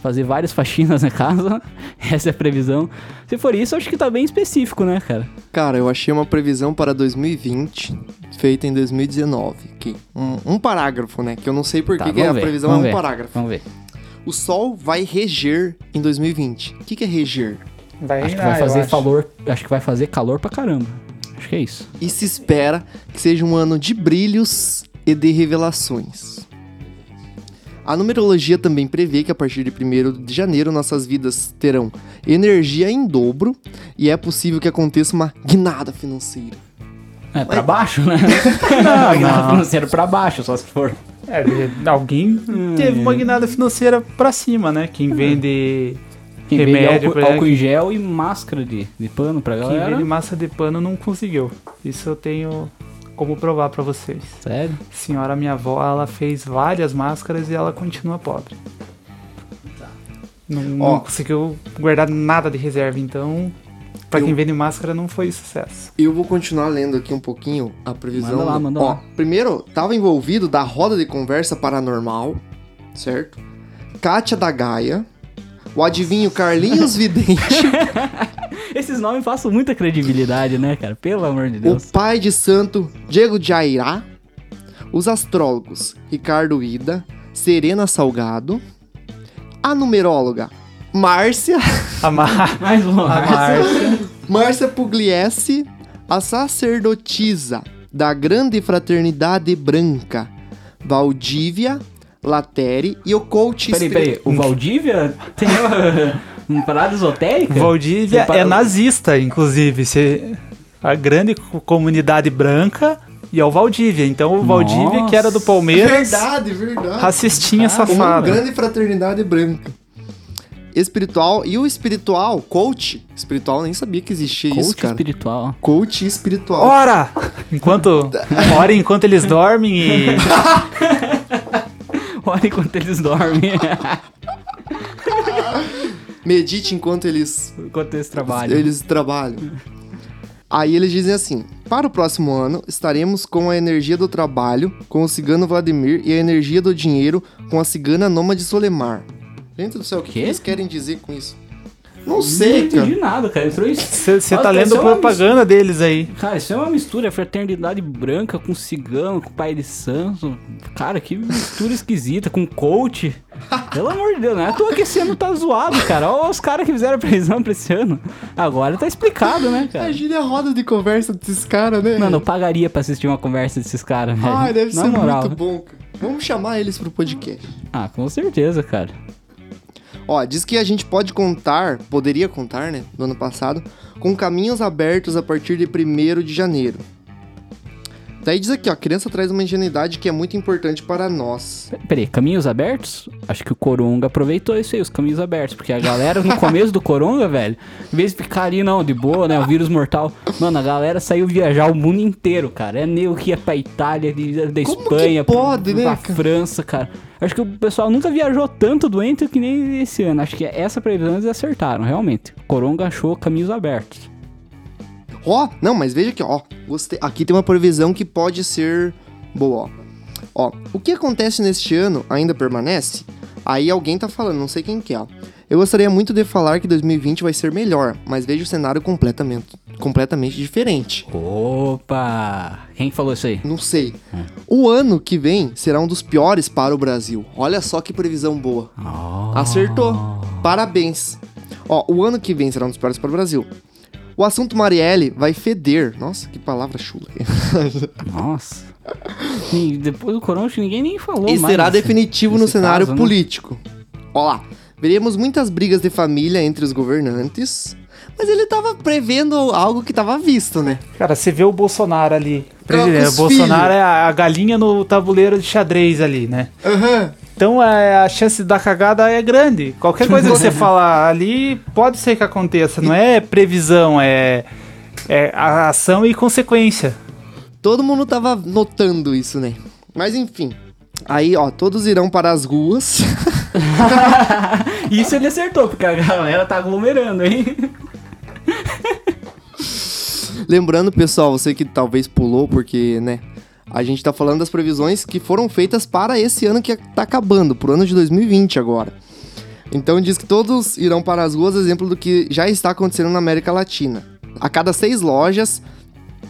S1: fazer várias faxinas na casa. [laughs] Essa é a previsão. Se for isso, acho que tá bem específico, né, cara?
S2: Cara, eu achei uma previsão para 2020 feita em 2019. Que, um, um parágrafo, né? Que eu não sei por
S1: Tá,
S2: que que a
S1: ver,
S2: previsão é um
S1: vamos ver,
S2: parágrafo.
S1: Vamos ver.
S2: O Sol vai reger em 2020. O que, que é reger?
S3: Vai
S1: É, Acho que
S3: reinar,
S1: vai
S3: eu
S1: fazer
S3: acho.
S1: calor. Acho que vai fazer calor pra caramba. Acho que é isso.
S2: E se espera que seja um ano de brilhos e de revelações. A numerologia também prevê que a partir de 1 de janeiro nossas vidas terão energia em dobro e é possível que aconteça uma guinada financeira.
S1: É, pra baixo, [laughs] né? não, não. financeiro pra baixo, só se for.
S3: É, de- alguém
S1: Hum.
S3: teve uma guinada financeira pra cima, né? Quem vende
S1: Quem
S3: remédio,
S1: vende
S3: por
S1: álcool, álcool
S3: exemplo,
S1: em gel e máscara de, de pano pra
S3: quem
S1: galera.
S3: vende massa de pano não conseguiu. Isso eu tenho como provar pra vocês.
S1: Sério?
S3: Senhora, minha avó, ela fez várias máscaras e ela continua pobre.
S1: Tá.
S3: Não, não
S2: Ó.
S3: conseguiu guardar nada de reserva, então pra
S2: Eu-
S3: quem vende máscara não foi sucesso.
S2: Eu vou continuar lendo aqui um pouquinho a previsão.
S1: Manda lá,
S2: do-
S1: manda
S2: Ó,
S1: lá.
S2: primeiro, tava envolvido da roda de conversa paranormal, certo? Kátia da Gaia, o
S1: [laughs]
S2: adivinho Carlinhos Vidente,
S1: Esses nomes passam muita credibilidade, né, cara? Pelo amor de
S2: o
S1: Deus.
S2: pai de santo Diego de Airá, os astrólogos Ricardo Ida, Serena Salgado, a numeróloga Márcia,
S3: A, [laughs] Mar...
S1: Mais um.
S3: a
S2: [laughs]
S3: Márcia.
S2: Márcia Pugliese, a sacerdotisa da Grande Fraternidade Branca, Valdívia, Lateri e o coach
S1: Peraí, peraí. O Valdívia tem uma, [laughs] Uma parada esotérica?
S3: Valdívia
S1: Você
S3: é
S1: pa-
S3: nazista, inclusive. Se- a grande co- comunidade branca e é o Valdívia. Então o Valdívia, que era do
S1: Nossa. Ah, um
S3: Palmeiras,
S2: Verdade, verdade.
S3: racistinha
S2: Uma
S3: safada.
S2: grande fraternidade branca. Espiritual. E o espiritual, coach. Espiritual, eu nem sabia que existia isso,
S1: Coach
S2: cara.
S1: espiritual.
S2: Coach espiritual.
S3: Ora!
S1: [laughs]
S3: Enquanto. Ora enquanto eles dormem e.
S1: Olha enquanto eles dormem. [laughs] é,
S2: Medite enquanto eles,
S1: enquanto eles trabalham.
S2: eles trabalham. Aí eles dizem assim: para o próximo ano, estaremos com a energia do trabalho, com o cigano Vladimir, e a energia do dinheiro, com a cigana Nômade Solemar. Gente do céu, o que,
S1: Quê?
S2: eles querem dizer com isso? Não sei,
S1: Não
S2: cara.
S1: entendi nada, cara. Entrou em...
S3: Você
S1: Nossa,
S3: tá
S1: cara, isso
S3: lendo
S1: é uma
S3: propaganda deles aí.
S1: mis- Cara, isso é uma mistura. Fraternidade branca com cigano, com pai de santo. Cara, que mistura esquisita. Com coach. Pelo amor de Deus, né? À toa que esse ano tá zoado, cara. Olha os caras que fizeram prisão pra esse ano. Agora tá explicado, né, cara?
S2: Imagina a roda de conversa desses caras, né?
S1: Mano, eu pagaria pra assistir uma conversa desses caras, velho.
S2: Ai, deve
S1: Na
S2: ser
S1: moral.
S2: muito bom, cara. Vamos chamar eles pro podcast.
S1: Ah, com certeza, cara.
S2: Ó, diz que a gente pode contar, poderia contar, né, do ano passado, com caminhos abertos a partir de 1 de janeiro. Daí diz aqui, ó, criança traz uma ingenuidade que é muito importante para nós.
S1: Pe- Peraí, caminhos abertos? Acho que o Coronga aproveitou isso aí, os caminhos abertos. Porque a galera no começo do Coronga, [laughs] velho, em vez de ficar ali, não, de boa, né? O vírus mortal. Mano, a galera saiu viajar o mundo inteiro, cara. É nego que ia pra Itália, de, da
S2: Como que
S1: Espanha,
S2: pode,
S1: pra,
S2: né,
S1: pra
S2: cara?
S1: França, cara. Acho que o pessoal nunca viajou tanto doente que nem esse ano. Acho que essa previsão eles acertaram, realmente. O Coronga achou caminhos abertos.
S2: Ó, não, mas veja aqui, ó, gostei. Aqui tem uma previsão que pode ser boa, ó. Ó, o que acontece neste ano ainda permanece? Aí alguém tá falando, não sei quem que é. ó. Eu gostaria muito de falar que 2020 vai ser melhor, mas vejo o cenário completamente, completamente diferente.
S1: Opa! Quem que falou isso aí?
S2: Não sei.
S1: É.
S2: O ano que vem será um dos piores para o Brasil. Olha só que previsão boa. Acertou.
S1: Ah.
S2: Parabéns. Ó, o ano que vem será um dos piores para o Brasil. O assunto Marielle vai feder. Nossa, que palavra chula.
S1: Nossa. E depois do Corona, acho que ninguém nem falou
S2: e
S1: mais.
S2: será
S1: desse-
S2: definitivo no
S1: desse
S2: cenário
S1: caso, né?
S2: político. Ó lá, veremos muitas brigas de família entre os governantes. Mas ele tava prevendo algo que tava visto, né?
S3: Cara, você vê o Bolsonaro ali.
S2: Troca
S3: Presidente,
S2: os
S3: o Bolsonaro é a a galinha no tabuleiro de xadrez ali, né?
S2: Aham.
S3: Então é, a chance da cagada é grande. Qualquer
S2: [laughs]
S3: coisa que você falar ali, pode ser que aconteça. Não é previsão, é, é a ação e consequência.
S2: Todo mundo tava notando isso, né? Mas enfim. Aí, ó, todos irão para as ruas. [laughs]
S1: Isso ele acertou, porque a galera tá aglomerando, hein?
S2: Lembrando, pessoal, você que talvez pulou, porque, né? A gente tá falando das previsões que foram feitas para esse ano que tá acabando, pro ano de 2020 agora. Então diz que todos irão para as ruas, exemplo do que já está acontecendo na América Latina. A cada seis lojas,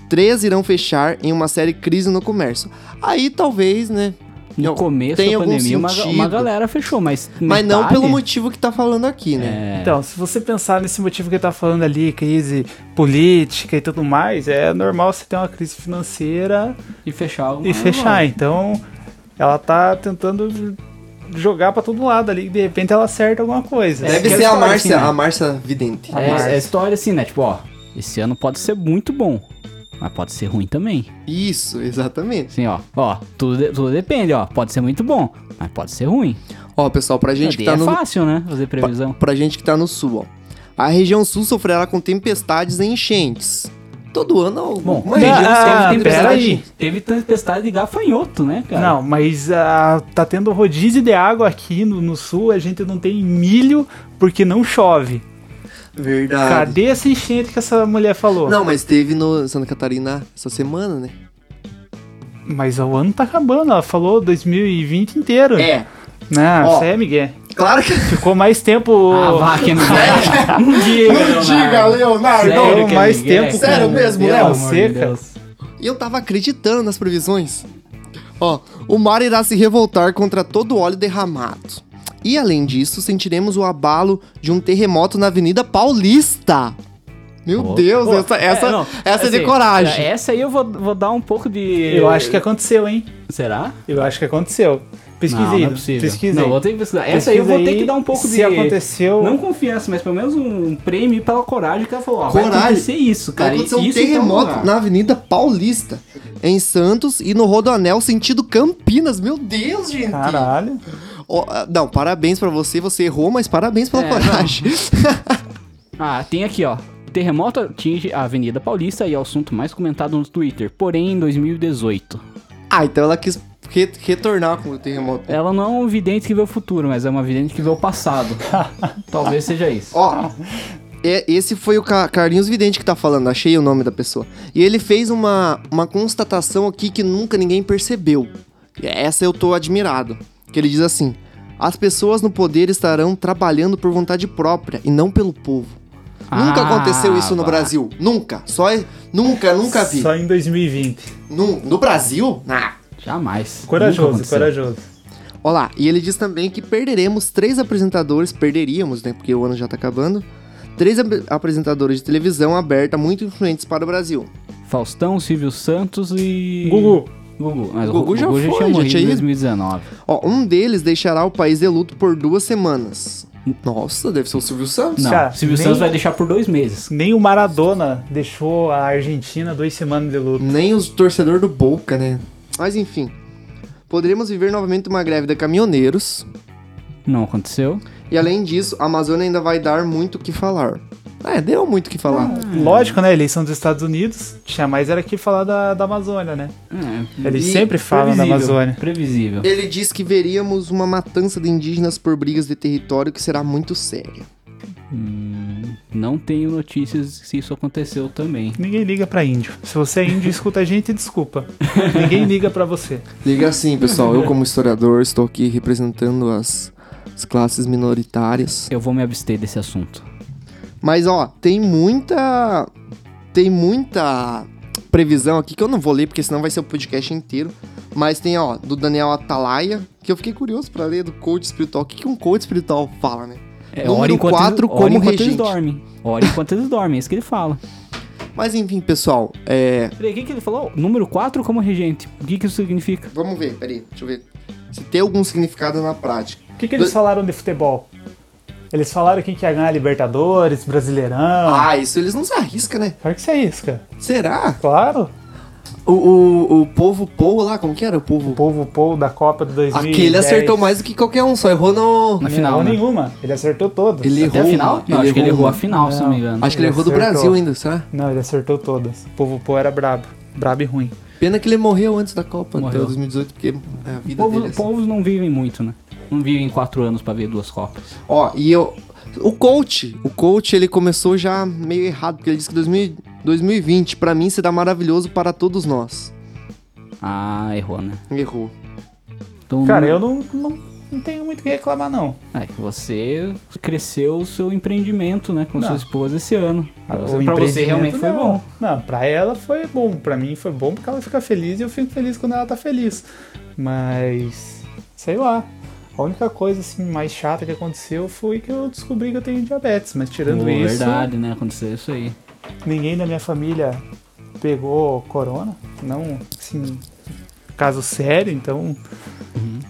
S2: três irão fechar em uma série crise no comércio. Aí talvez, né?
S1: No
S2: Não,
S1: começo
S2: tem
S1: da
S2: algum
S1: pandemia, uma,
S2: sentido.
S1: uma galera fechou, mas.
S2: Mas não
S1: metade-
S2: pelo motivo que tá falando aqui, né?
S3: Então, se você pensar nesse motivo que ele tá falando ali, crise política e tudo mais, é normal você ter uma crise financeira
S1: E fechar alguma
S3: e fechar. Então, ela tá tentando jogar pra todo lado ali, e de repente ela acerta alguma coisa.
S1: É, que
S2: Deve ser a
S1: história,
S2: Márcia,
S1: assim, né?
S2: a Márcia Vidente.
S1: É, é história assim, né? Tipo, ó, esse ano pode ser muito bom. Mas pode ser ruim também.
S2: Isso, exatamente.
S1: Assim, ó. Ó, tudo, de- tudo depende, ó. Pode ser muito bom, mas pode ser ruim.
S2: Ó, pessoal, pra gente que
S1: Daí
S2: tá
S1: é
S2: no
S1: fácil, né? Fazer previsão.
S2: pra gente que tá no sul, ó. A região sul sofrerá com tempestades e enchentes. Todo ano
S1: Bom,
S2: alguma
S1: teve-
S3: não,
S2: região
S3: ah,
S2: sofre
S1: teve,
S3: pera
S1: tempestade,
S3: aí.
S1: teve tempestade de gafanhoto, né, cara?
S3: Não, mas ah, tá tendo rodízio de água aqui no, no sul, a gente não tem milho porque não chove.
S2: Verdade.
S3: Cadê essa enchente que essa mulher falou?
S2: Ah. Não, mas teve no Santa Catarina essa semana, né?
S3: Mas o ano tá acabando, ela falou 2020 inteiro.
S2: É,
S3: Não,
S2: Ó.
S3: você é Miguel.
S2: claro que.
S3: Ficou mais tempo.
S1: Ah, vá, que não vai. Não
S2: [laughs]
S1: diga, Leonardo.
S2: Leonardo!
S1: Sério
S3: não,
S1: que
S3: mais
S1: ninguém,
S3: tempo,
S1: cara.
S2: sério mesmo,
S1: Pelo
S2: Léo?
S1: amor de
S3: Seca.
S1: Deus.
S2: E eu tava acreditando nas previsões. Ó, o mar irá se revoltar contra todo o óleo derramado. E além disso, sentiremos o abalo de um terremoto na Avenida Paulista. Meu
S1: Ô.
S2: Deus,
S1: Ô,
S2: essa, essa,
S1: é, não,
S2: essa é de
S1: assim,
S2: coragem.
S1: Essa aí eu vou, vou dar um pouco de.
S3: Eu acho que aconteceu, hein?
S1: Será?
S3: Eu acho que aconteceu. Pesquisei.
S1: Não, não é possível.
S3: Pesquisei.
S1: Não, vou ter que pesquisar. Essa aí eu vou ter
S3: Pesquisei
S1: que dar um pouco
S3: se
S1: de.
S3: aconteceu.
S1: Não confiança, mas pelo menos um prêmio pela coragem que ela falou. Ó, Vai
S2: Coragem?
S1: acontecer isso, cara.
S2: Vai acontecer um
S1: isso então, em tal
S2: terremoto
S1: lugar.
S2: na Avenida Paulista, em Santos e no Rodoanel, sentido Campinas. Meu Deus, gente!
S3: Caralho.
S2: Ó, ah, não, parabéns pra você, você errou, mas parabéns pela
S1: É,
S2: coragem.
S1: Ah, tem aqui, ó. Terremoto atinge a Avenida Paulista e é o assunto mais comentado no Twitter. Porém, em 2018.
S2: [laughs] ah, então ela quis re- retornar com o terremoto.
S1: Ela não é um vidente que vê o futuro, mas é uma vidente que vê o
S3: [laughs]
S1: passado. Talvez seja isso.
S2: Ó, é, esse foi o Ca- Carlinhos Vidente que tá falando, achei o nome da pessoa. E ele fez uma, uma constatação aqui que nunca ninguém percebeu. E Essa eu tô admirado. Que ele diz assim: as pessoas no poder estarão trabalhando por vontade própria e não pelo povo. Nunca
S1: Ah,
S2: aconteceu isso no
S1: vá.
S2: Brasil. Nunca. Só. é, Nunca, nunca vi.
S3: Só é- em 2020.
S2: No, no Brasil? Ah.
S1: Jamais. Nunca
S3: Corajoso,
S1: aconteceu.
S3: corajoso.
S2: Olha lá, e ele diz também que perderemos três apresentadores, perderíamos, né? Porque o ano já tá acabando. Três ap- apresentadores de televisão aberta muito influentes para o Brasil.
S1: Faustão, Silvio Santos e.
S3: Gugu.
S1: Gugu. Mas o
S2: Gugu
S1: Gugu
S2: já
S1: já,
S2: foi,
S1: tinha morrido
S2: gente, aí-
S1: em 2019.
S2: Ó, um deles deixará o país de luto por duas semanas. Nossa, deve ser o Silvio Santos.
S1: Não,
S3: Cara,
S1: Silvio
S3: nem-
S1: Santos vai deixar por dois meses.
S3: Nem o Maradona deixou a Argentina duas semanas de luto.
S2: Nem os torcedor do Boca, né? Mas enfim, poderemos viver novamente uma greve de caminhoneiros.
S1: Não aconteceu.
S2: E além disso, a Amazônia ainda vai dar muito o que falar. É, deu muito o que falar.
S1: Hum.
S3: Lógico, né? Eleição dos Estados Unidos, tinha mais era que falar da, da Amazônia, né?
S1: É,
S3: Eles
S2: E
S3: sempre falam da
S1: previsível,
S3: Amazônia.
S1: Previsível.
S2: Ele diz que veríamos uma matança de indígenas por brigas de território que será muito séria.
S1: Hum, não tenho notícias se isso aconteceu também.
S3: Ninguém liga pra índio. Se você é índio, e escuta a gente, desculpa. Ninguém liga pra você.
S2: Liga assim, pessoal. Eu, como historiador, estou aqui representando as, as classes minoritárias.
S1: Eu vou me abster desse assunto.
S2: Mas, ó, tem muita. Tem muita previsão aqui que eu não vou ler, porque senão vai ser o podcast inteiro. Mas tem, ó, do Daniel Atalaia, que eu fiquei curioso pra ler do coach espiritual. O que, que um coach espiritual fala, né?
S1: É,
S2: Número
S1: hora enquanto,
S2: quatro,
S1: hora
S2: como
S1: enquanto
S2: regente.
S1: eles dormem. Hora enquanto eles dormem, é isso que ele fala.
S2: Mas enfim, pessoal, é.
S1: Peraí, o que, que ele falou? Número 4 como regente. O que, que isso significa?
S2: Vamos ver, peraí, deixa eu ver. Se tem algum significado na prática.
S3: O que, que eles falaram de futebol? Eles falaram quem que ia ganhar Libertadores, Brasileirão.
S2: Ah, isso eles não se arriscam, né?
S3: Claro que isso é isso, cara.
S2: Será?
S3: Claro.
S2: O, o, o povo Pou lá, como que era o
S3: O
S2: povo?
S3: povo Pou da Copa de 2010.
S2: Aquele acertou mais do que qualquer um, só errou no...
S1: Na
S3: Não
S1: final,
S3: errou
S1: né?
S3: nenhuma. Ele acertou todas.
S2: Ele
S1: Até
S2: errou.
S1: a final?
S2: mano.
S1: Não, acho que ele errou a final, se não me
S3: Não.
S1: engano.
S2: Acho que ele errou do
S3: Acertou.
S2: Brasil ainda, será?
S3: Não, ele acertou todas. O povo Pou era brabo. Brabo e ruim.
S2: Pena que ele morreu antes da Copa, então, até
S1: Morreu.
S2: 2018, porque é a vida
S1: Povo-
S2: dele... assim.
S1: Povos não vivem muito, né? Não vivem quatro anos pra ver duas Copas.
S2: Ó, e eu... O coach, o coach, ele começou já meio errado, porque ele disse que 2000 2020, pra mim, será maravilhoso para todos nós.
S1: Ah, errou, né?
S2: Errou.
S1: Então,
S3: Cara, eu não, não, não tenho muito o que reclamar, não.
S1: É, que você cresceu o seu empreendimento, né? Com
S3: Não.
S1: sua esposa esse ano. Pra
S3: O
S1: você- pra você
S3: empreendimento,
S1: realmente foi
S3: não.
S1: bom.
S3: Não, pra ela foi bom. Pra mim foi bom porque ela fica feliz e eu fico feliz quando ela tá feliz. Mas, sei lá. A única coisa assim mais chata que aconteceu foi que eu descobri que eu tenho diabetes. Mas tirando
S1: Pô,
S3: isso,
S1: Verdade, né? Aconteceu isso aí.
S3: ninguém da minha família pegou corona. Não, assim, caso sério. Então,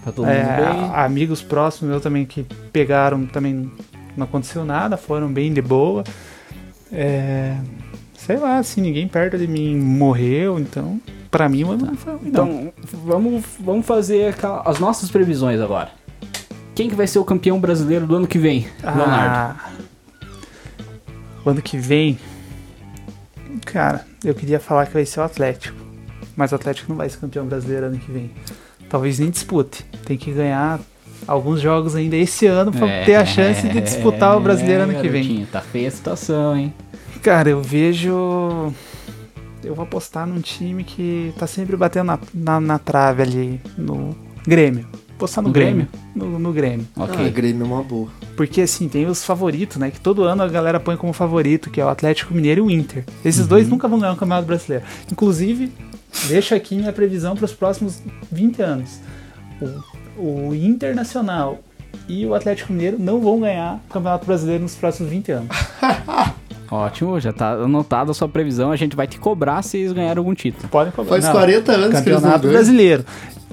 S1: Tá todo
S3: É,
S1: mundo bem.
S3: a- amigos próximos meus também que pegaram também não aconteceu nada, foram bem de boa. É, sei lá, assim, ninguém perto de mim morreu, então pra mim mano, não foi ruim, não.
S1: Então, vamos, vamos fazer aquela- as nossas previsões agora. Quem que vai ser o campeão brasileiro do ano que vem, Leonardo?
S3: Ah, o ano que vem, cara, eu queria falar que vai ser o Atlético, mas o Atlético não vai ser campeão brasileiro ano que vem. Talvez nem dispute. Tem que ganhar alguns jogos ainda esse ano pra ter a chance de disputar o brasileiro ano que vem.
S1: É, garotinho, Tá feia a situação, hein?
S3: Cara, eu vejo. Eu vou apostar num time que tá sempre batendo na, na, na trave ali, no Grêmio. Vou Apostar no,
S1: No
S3: Grêmio. No, no Grêmio.
S2: Ah,
S1: Ok.
S2: Grêmio é uma boa.
S3: Porque assim, tem os favoritos, né? Que todo ano a galera põe como favorito, que é o Atlético Mineiro e o Inter. Esses
S1: Uhum.
S3: dois nunca vão ganhar o Campeonato Brasileiro. Inclusive, deixo aqui minha previsão para os próximos 20 anos. O, o Internacional e o Atlético Mineiro não vão ganhar o Campeonato Brasileiro nos próximos 20 anos.
S1: Ah,
S2: Ah,
S1: Ótimo, já tá anotada a sua previsão. A gente vai te cobrar se eles ganharam algum título.
S3: Podem cobrar.
S2: Faz
S3: Não.
S2: 40 anos que eles não
S3: Campeonato
S2: ganham.
S3: Brasileiro.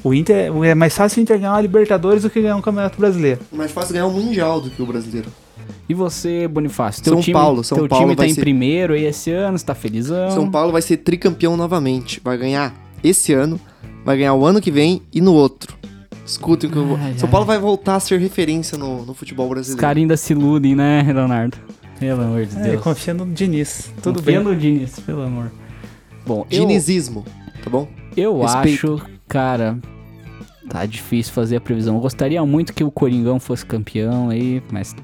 S3: O Inter, é mais fácil o Inter ganhar uma Libertadores do que ganhar um Campeonato Brasileiro.
S2: Mais fácil ganhar o Mundial do que o brasileiro.
S1: E você, Bonifácio? Teu
S2: São
S1: time,
S2: Paulo, São
S1: teu
S2: Paulo
S1: time tá
S2: vai
S1: em
S2: ser-
S1: primeiro aí esse ano, você tá felizão.
S2: São Paulo vai ser tricampeão novamente. Vai ganhar esse ano, vai ganhar o ano que vem e no outro. Escutem o que eu vou.
S1: Ai,
S2: São
S1: ai.
S2: Paulo vai voltar a ser referência no, no futebol
S1: Os
S2: brasileiro.
S1: caras ainda se iludem, né, Leonardo? Pelo amor de
S3: É,
S1: Deus.
S3: confia no Diniz. Tudo
S1: Confia
S3: bem.
S1: no Diniz, pelo amor. Bom, eu-
S2: Dinizismo, tá bom?
S1: eu,
S2: Respeito.
S1: acho, cara, tá difícil fazer a previsão. Eu gostaria muito que o Coringão fosse campeão aí, mas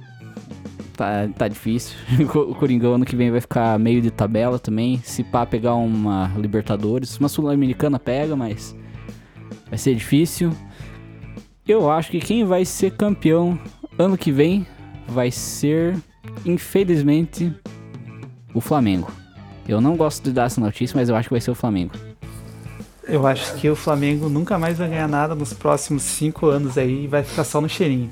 S1: tá, tá difícil. [laughs] O Coringão ano que vem vai ficar meio de tabela também. Se pá pegar uma Libertadores, uma Sul-Americana pega, mas vai ser difícil. Eu acho que quem vai ser campeão ano que vem vai ser, infelizmente, o Flamengo. Eu não gosto de dar essa notícia, mas eu acho que vai ser o Flamengo.
S3: Eu acho que o Flamengo nunca mais vai ganhar nada nos próximos cinco anos aí e vai ficar só no cheirinho.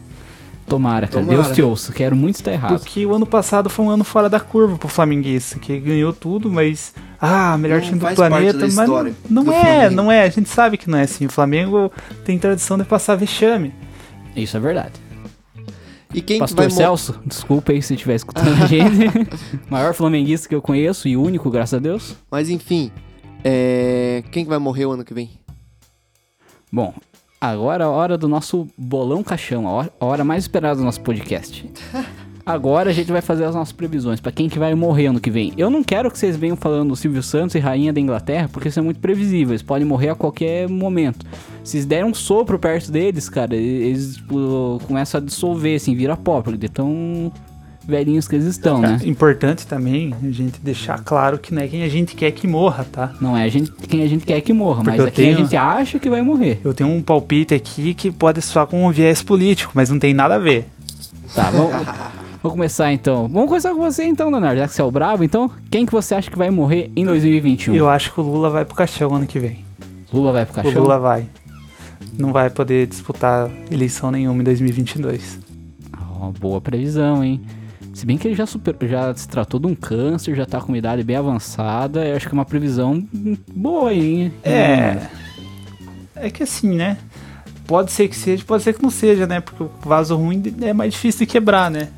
S1: Tomara, cara.
S2: Tomara.
S1: Deus te ouça. Quero muito estar errado.
S3: Porque o ano passado foi um ano fora da curva pro flamenguista, que ganhou tudo, mas. Ah, melhor
S2: Não
S3: time do
S2: faz parte
S3: planeta,
S2: da
S3: mas
S2: história
S3: não
S2: do
S3: é,
S2: Flamengo.
S3: não é. A gente sabe que não é assim. O Flamengo tem tradição de passar vexame.
S1: Isso é verdade.
S2: E quem que vai
S1: Pastor
S2: mo-
S1: Celso, desculpa aí se estiver escutando a
S2: [laughs]
S1: gente. Maior flamenguista que eu conheço e único, graças a Deus.
S2: Mas enfim, é, quem que vai morrer o ano que vem?
S1: Bom, agora é a hora do nosso bolão caixão, a hora- a hora mais esperada do nosso
S3: [laughs]
S1: podcast. Agora a gente vai fazer as nossas previsões pra quem que vai morrer ano que vem. Eu não quero que vocês venham falando do Silvio Santos e Rainha da Inglaterra, porque isso é muito previsível. Eles podem morrer a qualquer momento. Se eles derem um sopro perto deles, cara, e- eles tipo, começam a dissolver, assim, vira pó, porque de tão velhinhos que eles estão,
S3: Tá.
S1: né?
S3: É Importante também a gente deixar claro que não é quem a gente quer que morra, tá?
S1: Não é a gente, quem a gente quer que morra,
S3: Porque
S1: mas
S3: eu
S1: é quem a
S3: tenho-
S1: gente acha que vai morrer.
S3: Eu tenho um palpite aqui que pode soar com um viés político, mas não tem nada a ver.
S1: Tá, vamos, vou começar então. Vamos começar com você então, Leonardo, já que você é o brabo, então, quem que você acha que vai morrer em 2021?
S3: Eu acho que o Lula vai pro caixão ano que vem.
S1: Lula vai pro
S3: O
S1: caixão?
S3: Lula vai. Não vai poder disputar eleição nenhuma em 2022.
S1: Ah, Uma boa previsão, hein? Se bem que ele já, super, já se tratou de um câncer, já tá com uma idade bem avançada, eu acho que é uma previsão boa, hein? Hum,
S3: É. É que assim, né? Pode ser que seja, pode ser que não seja, né? Porque o vaso ruim é mais difícil de quebrar, né?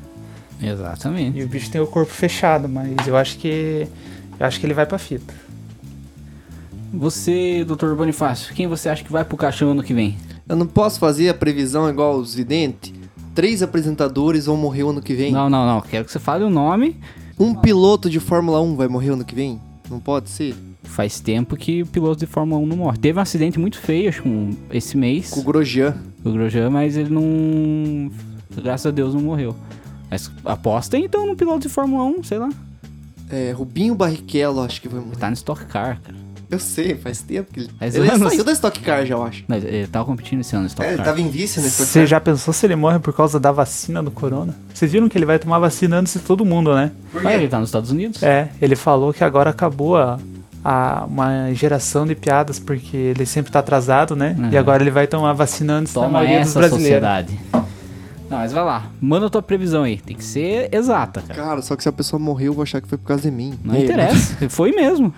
S1: Exatamente.
S3: E o bicho tem o corpo fechado, mas eu acho que. Eu acho que ele vai pra fita.
S1: Você, Dr. Bonifácio, quem você acha que vai pro caixão ano que vem?
S2: Eu não posso fazer a previsão igual os videntes? Três apresentadores vão morrer o ano que vem.
S1: Não, não, não. Quero que você fale o nome.
S2: Um piloto de Fórmula 1 vai morrer ano que vem? Não pode ser?
S1: Faz tempo que o piloto de Fórmula 1 não morre. Teve um acidente muito feio, acho que um- esse mês.
S2: Com o Grosjean.
S1: o Grosjean, mas ele não. Graças a Deus não morreu. Mas aposta então no piloto de Fórmula 1, sei lá.
S2: É, Rubinho Barrichello, acho que vai morrer.
S1: Ele tá no Stock Car, cara.
S2: [laughs] Eu sei, faz tempo que ele.
S1: Faz
S2: ele
S1: anos.
S2: saiu da Stock Car já, eu acho.
S1: Mas ele tava competindo esse ano no Stock
S2: É, ele
S1: Car.
S2: tava em vice nesse
S3: Você já pensou se ele morre por causa da vacina do corona? Vocês viram que ele vai tomar vacina antes de todo mundo, né?
S2: Por
S1: Mas
S2: quê?
S1: ele tá nos Estados Unidos.
S3: É, ele falou que agora acabou a, a- uma geração de piadas, porque ele sempre tá atrasado, né?
S1: Uhum.
S3: E agora ele vai tomar vacina antes da
S1: Toma
S3: maioria dos
S1: essa
S3: brasileiros.
S1: sociedade. Não, mas vai lá. Manda a tua previsão aí. Tem que ser exata, cara.
S2: Cara, só que se a pessoa morreu, eu vou achar que foi por causa de mim.
S1: Não
S2: É,
S1: interessa. [laughs] Foi mesmo.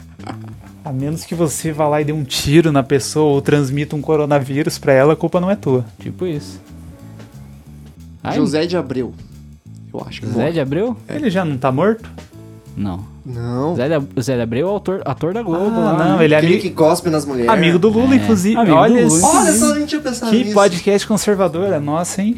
S3: A menos que você vá lá e dê um tiro na pessoa ou transmita um coronavírus pra ela, a culpa não é tua.
S1: Tipo isso. Ai,
S2: José de Abreu. Eu acho que
S1: Zé
S2: morre.
S1: de Abreu?
S2: É.
S3: Ele já não tá morto?
S1: Não.
S2: Não.
S1: Zé de, Zé de Abreu é o autor, ator da Globo.
S3: Ah,
S1: lá, né?
S3: não, ele é
S2: Aquele
S3: ami-
S2: que cospe nas mulheres.
S3: amigo do Lula,
S1: É,
S3: inclusive.
S1: amigo do
S3: Olha,
S1: Lula.
S3: esse-
S2: Olha só, eu não tinha pensado
S3: que
S2: nisso.
S3: podcast conservadora, nossa, hein?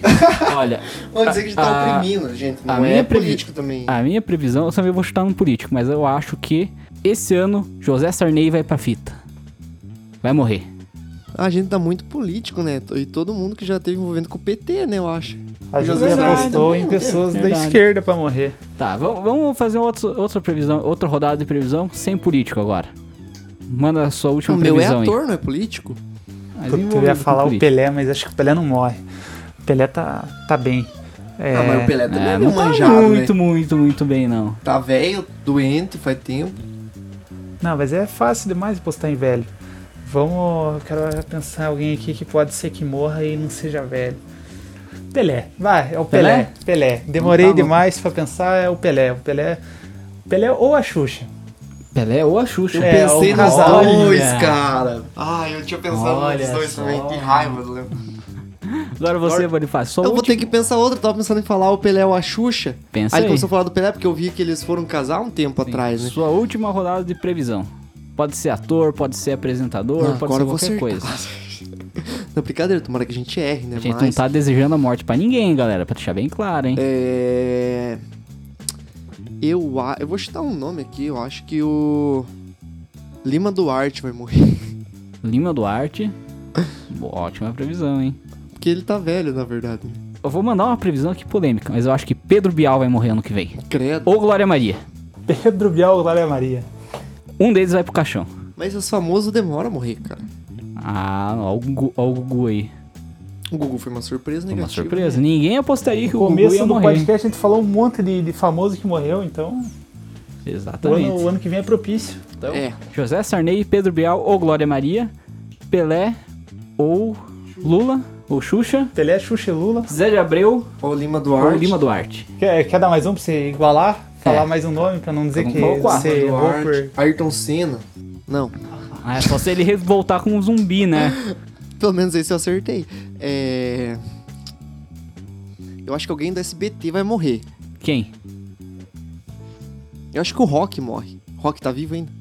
S1: Olha.
S2: Vamos dizer que a gente tá
S1: a-
S2: oprimindo, gente.
S1: a
S2: Não é
S1: minha Ah. previ-
S2: político também.
S1: A minha previsão, eu também vou chutar no político, mas eu acho que esse ano José Sarney vai pra fita. Vai morrer.
S2: A gente tá muito político, né? E todo mundo que já teve envolvendo com o PT, né, eu acho.
S3: A
S2: José
S3: José
S2: Sarney
S3: apostou
S2: também,
S3: em
S2: não teve?
S3: pessoas da
S1: Verdade.
S3: esquerda pra morrer.
S1: Tá, vamos, vamos fazer outro, outra previsão, outra rodada de previsão sem político agora. Manda a sua última
S2: o meu é
S1: previsão
S2: ator, não é político?
S1: aí. Mas
S3: Tu, tu
S1: envolvido
S3: ia
S1: com
S3: falar o
S1: político.
S3: Pelé, mas acho que o Pelé não morre. O Pelé tá, tá bem. É,
S2: Ah, mas o Pelé também é,
S1: É,
S2: meio
S1: não tá
S2: manjado,
S1: muito,
S2: né?
S1: muito, muito bem, não.
S2: Tá velho, doente, faz tempo.
S3: Não, mas é fácil demais postar em velho. Vamos. Eu quero pensar em alguém aqui que pode ser que morra e não seja velho. Pelé, vai, é o Pelé. Pelé. Demorei
S2: Não tá, não.
S3: demais pra pensar, é o Pelé. O Pelé. Pelé ou a Xuxa.
S4: Pelé ou a Xuxa?
S2: Eu
S5: É,
S2: pensei
S5: o
S2: nos
S5: casal.
S2: dois,
S5: Olha.
S2: cara. Ai, eu tinha pensado nos
S5: Olha
S2: dois
S5: só.
S2: também. Que raiva, Léo.
S1: Agora você, Bonifácio, só o
S2: Eu vou
S1: Então, último.
S2: ter que pensar outra. Eu tava pensando em falar o Pelé ou a Xuxa.
S1: Pensa
S2: aí.
S1: aí.
S2: começou a falar do Pelé, porque eu vi que eles foram casar um tempo atrás, né?
S1: Sua última rodada de previsão. Pode ser ator, pode ser apresentador,
S2: Não,
S1: pode ser
S2: eu vou
S1: qualquer coisa.
S2: acertar. [laughs] Não, brincadeira, tomara que a gente erre, né?
S1: A gente não
S2: Mas,
S1: tá desejando a morte pra ninguém, galera, pra deixar bem claro, hein?
S2: É... Eu, a- eu vou chutar um nome aqui, eu acho que o... Lima Duarte vai morrer. [laughs]
S1: Lima Duarte. Boa, Ótima previsão, hein?
S2: Porque ele tá velho, na verdade. né?
S1: Eu vou mandar uma previsão aqui polêmica, mas eu acho que Pedro Bial vai morrer ano que vem.
S2: Credo.
S1: Ou Glória Maria.
S3: Pedro Bial ou Glória Maria?
S1: Um deles vai pro caixão.
S2: Mas os famosos demoram a morrer, cara.
S1: Ah, ó o Gugu, ó o Gugu aí.
S2: O Gugu foi uma surpresa
S1: Foi
S2: negativa.
S1: uma surpresa. Ninguém apostaria que
S3: No
S1: o Gugu
S3: começo
S1: ia
S3: do
S1: morrer. hein?
S3: podcast a gente falou um monte de, de famoso que morreu, então o ano,
S1: Exatamente.
S3: o ano que vem é propício.
S2: Então, é,
S1: José Sarney, Pedro Bial ou Glória Maria. Pelé ou Lula ou Xuxa.
S3: Pelé, Xuxa e Lula.
S1: Zé de Abreu
S2: ou Lima
S1: ou
S2: Duarte.
S1: Lima Duarte.
S3: Quer, quer dar mais um pra você igualar? Falar mais um nome pra não dizer
S1: Então
S3: que
S1: vamos colocar.
S3: você é
S2: Lima
S3: errou por...
S2: Duarte. Ayrton Senna. Não.
S1: Ah, é só se ele voltar com um zumbi, né?
S2: Pelo menos esse eu acertei. É... Eu acho que alguém do SBT vai morrer.
S1: Quem?
S2: Eu acho que o Rock morre. Rock tá vivo ainda?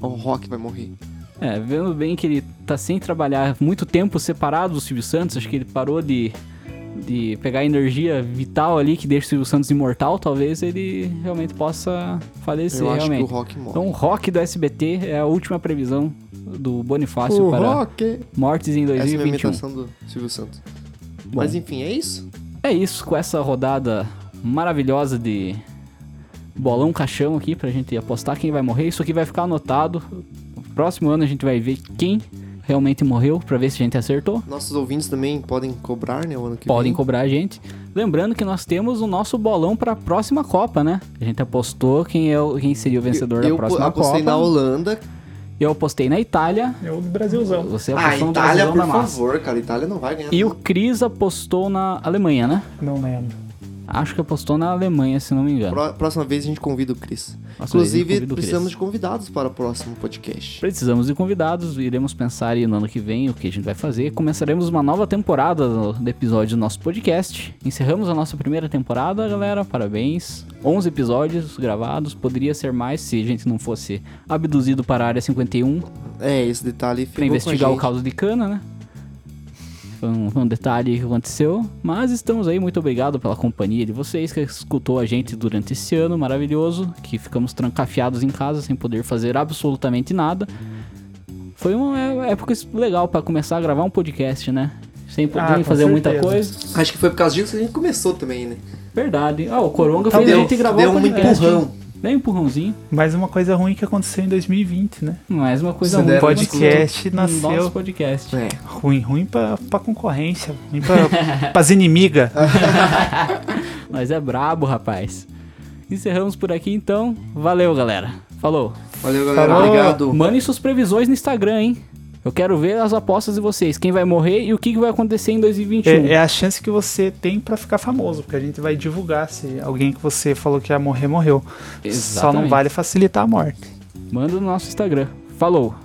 S2: Ou O Rock vai morrer.
S1: É, vendo bem que ele tá sem trabalhar muito tempo separado do Silvio Santos, acho que ele parou de, de pegar a energia vital ali que deixa o Silvio Santos imortal, talvez ele realmente possa falecer
S2: eu acho
S1: realmente.
S2: que o Rock morre.
S1: Então, o rock do SBT é a última previsão do Bonifácio
S2: o
S1: para
S2: Rock!
S1: mortes em
S2: Essa é a
S1: 2021.
S2: imitação do Silvio Santos. Mas enfim, é isso?
S1: É isso, com essa rodada maravilhosa de bolão caixão aqui pra gente apostar quem vai morrer. Isso aqui vai ficar anotado. No próximo ano a gente vai ver quem realmente morreu pra ver se a gente acertou.
S2: Nossos ouvintes também podem cobrar, né? O ano que
S1: Podem
S2: vem.
S1: cobrar a gente. Lembrando que nós temos o nosso bolão pra próxima Copa, né? A gente apostou quem, é o, quem seria o vencedor
S2: eu,
S1: da próxima
S2: Eu apostei
S1: Copa.
S2: na Holanda.
S1: Eu apostei na Itália.
S3: É o do Brasilzão.
S1: Você
S2: Ah,
S1: apostou no
S2: Itália,
S1: Brasilzão
S2: por
S1: da massa.
S2: favor, cara. Itália não vai ganhar.
S1: E o
S2: não.
S1: Cris apostou na Alemanha, né?
S3: Não lembro.
S1: Acho que apostou na Alemanha, se não me engano.
S2: Pró- Próxima vez a gente convida o Cris.
S1: Nossa, eu
S2: Inclusive,
S1: convido o Chris.
S2: precisamos de convidados para o próximo podcast.
S1: Precisamos de convidados, iremos pensar aí no ano que vem o que a gente vai fazer. Começaremos uma nova temporada do, do episódio do nosso podcast. Encerramos a nossa primeira temporada, galera. Parabéns. 11 episódios gravados, poderia ser mais se a gente não fosse abduzido para a área 51
S2: É, esse detalhe ficou
S1: para investigar
S2: com
S1: o
S2: a gente.
S1: caso de cana, né? Foi um, foi um detalhe que aconteceu, mas estamos aí. Muito obrigado pela companhia de vocês que escutou a gente durante esse ano maravilhoso, que ficamos trancafiados em casa sem poder fazer absolutamente nada. Foi uma é- época legal para começar a gravar um podcast, né? Sem poder
S2: Ah,
S3: Ah, com
S1: fazer muita
S3: certeza.
S1: coisa.
S2: Acho que foi por causa disso que a gente começou também, né?
S1: Verdade. Ah, o Coronga
S2: Então
S1: fez
S2: deu-
S1: a gente gravar
S2: deu
S1: o
S2: um
S1: podcast.
S2: empurrão.
S1: Deu um empurrãozinho.
S3: Mas uma coisa ruim que aconteceu em 2020, né?
S1: Mais uma coisa
S2: Você
S1: ruim.
S2: deve-
S1: que aconteceu
S3: podcast
S1: no
S3: nasceu.
S1: Nosso podcast.
S2: É.
S3: Ruim, ruim pra, pra concorrência, ruim pra, pras inimigas.
S1: Mas é brabo, rapaz. Encerramos por aqui então. Valeu, galera. Falou. Tá
S2: Valeu, galera.
S3: Falou.
S2: Obrigado.
S1: Mandem suas previsões no Instagram, hein? Eu quero ver as apostas de vocês. Quem vai morrer e o que que vai acontecer em 2021.
S3: É, é a chance que você tem pra ficar famoso, porque a gente vai divulgar se alguém que você falou que ia morrer, morreu. Só não
S1: Exatamente.
S3: vale facilitar a morte.
S1: Manda no nosso Instagram. Falou.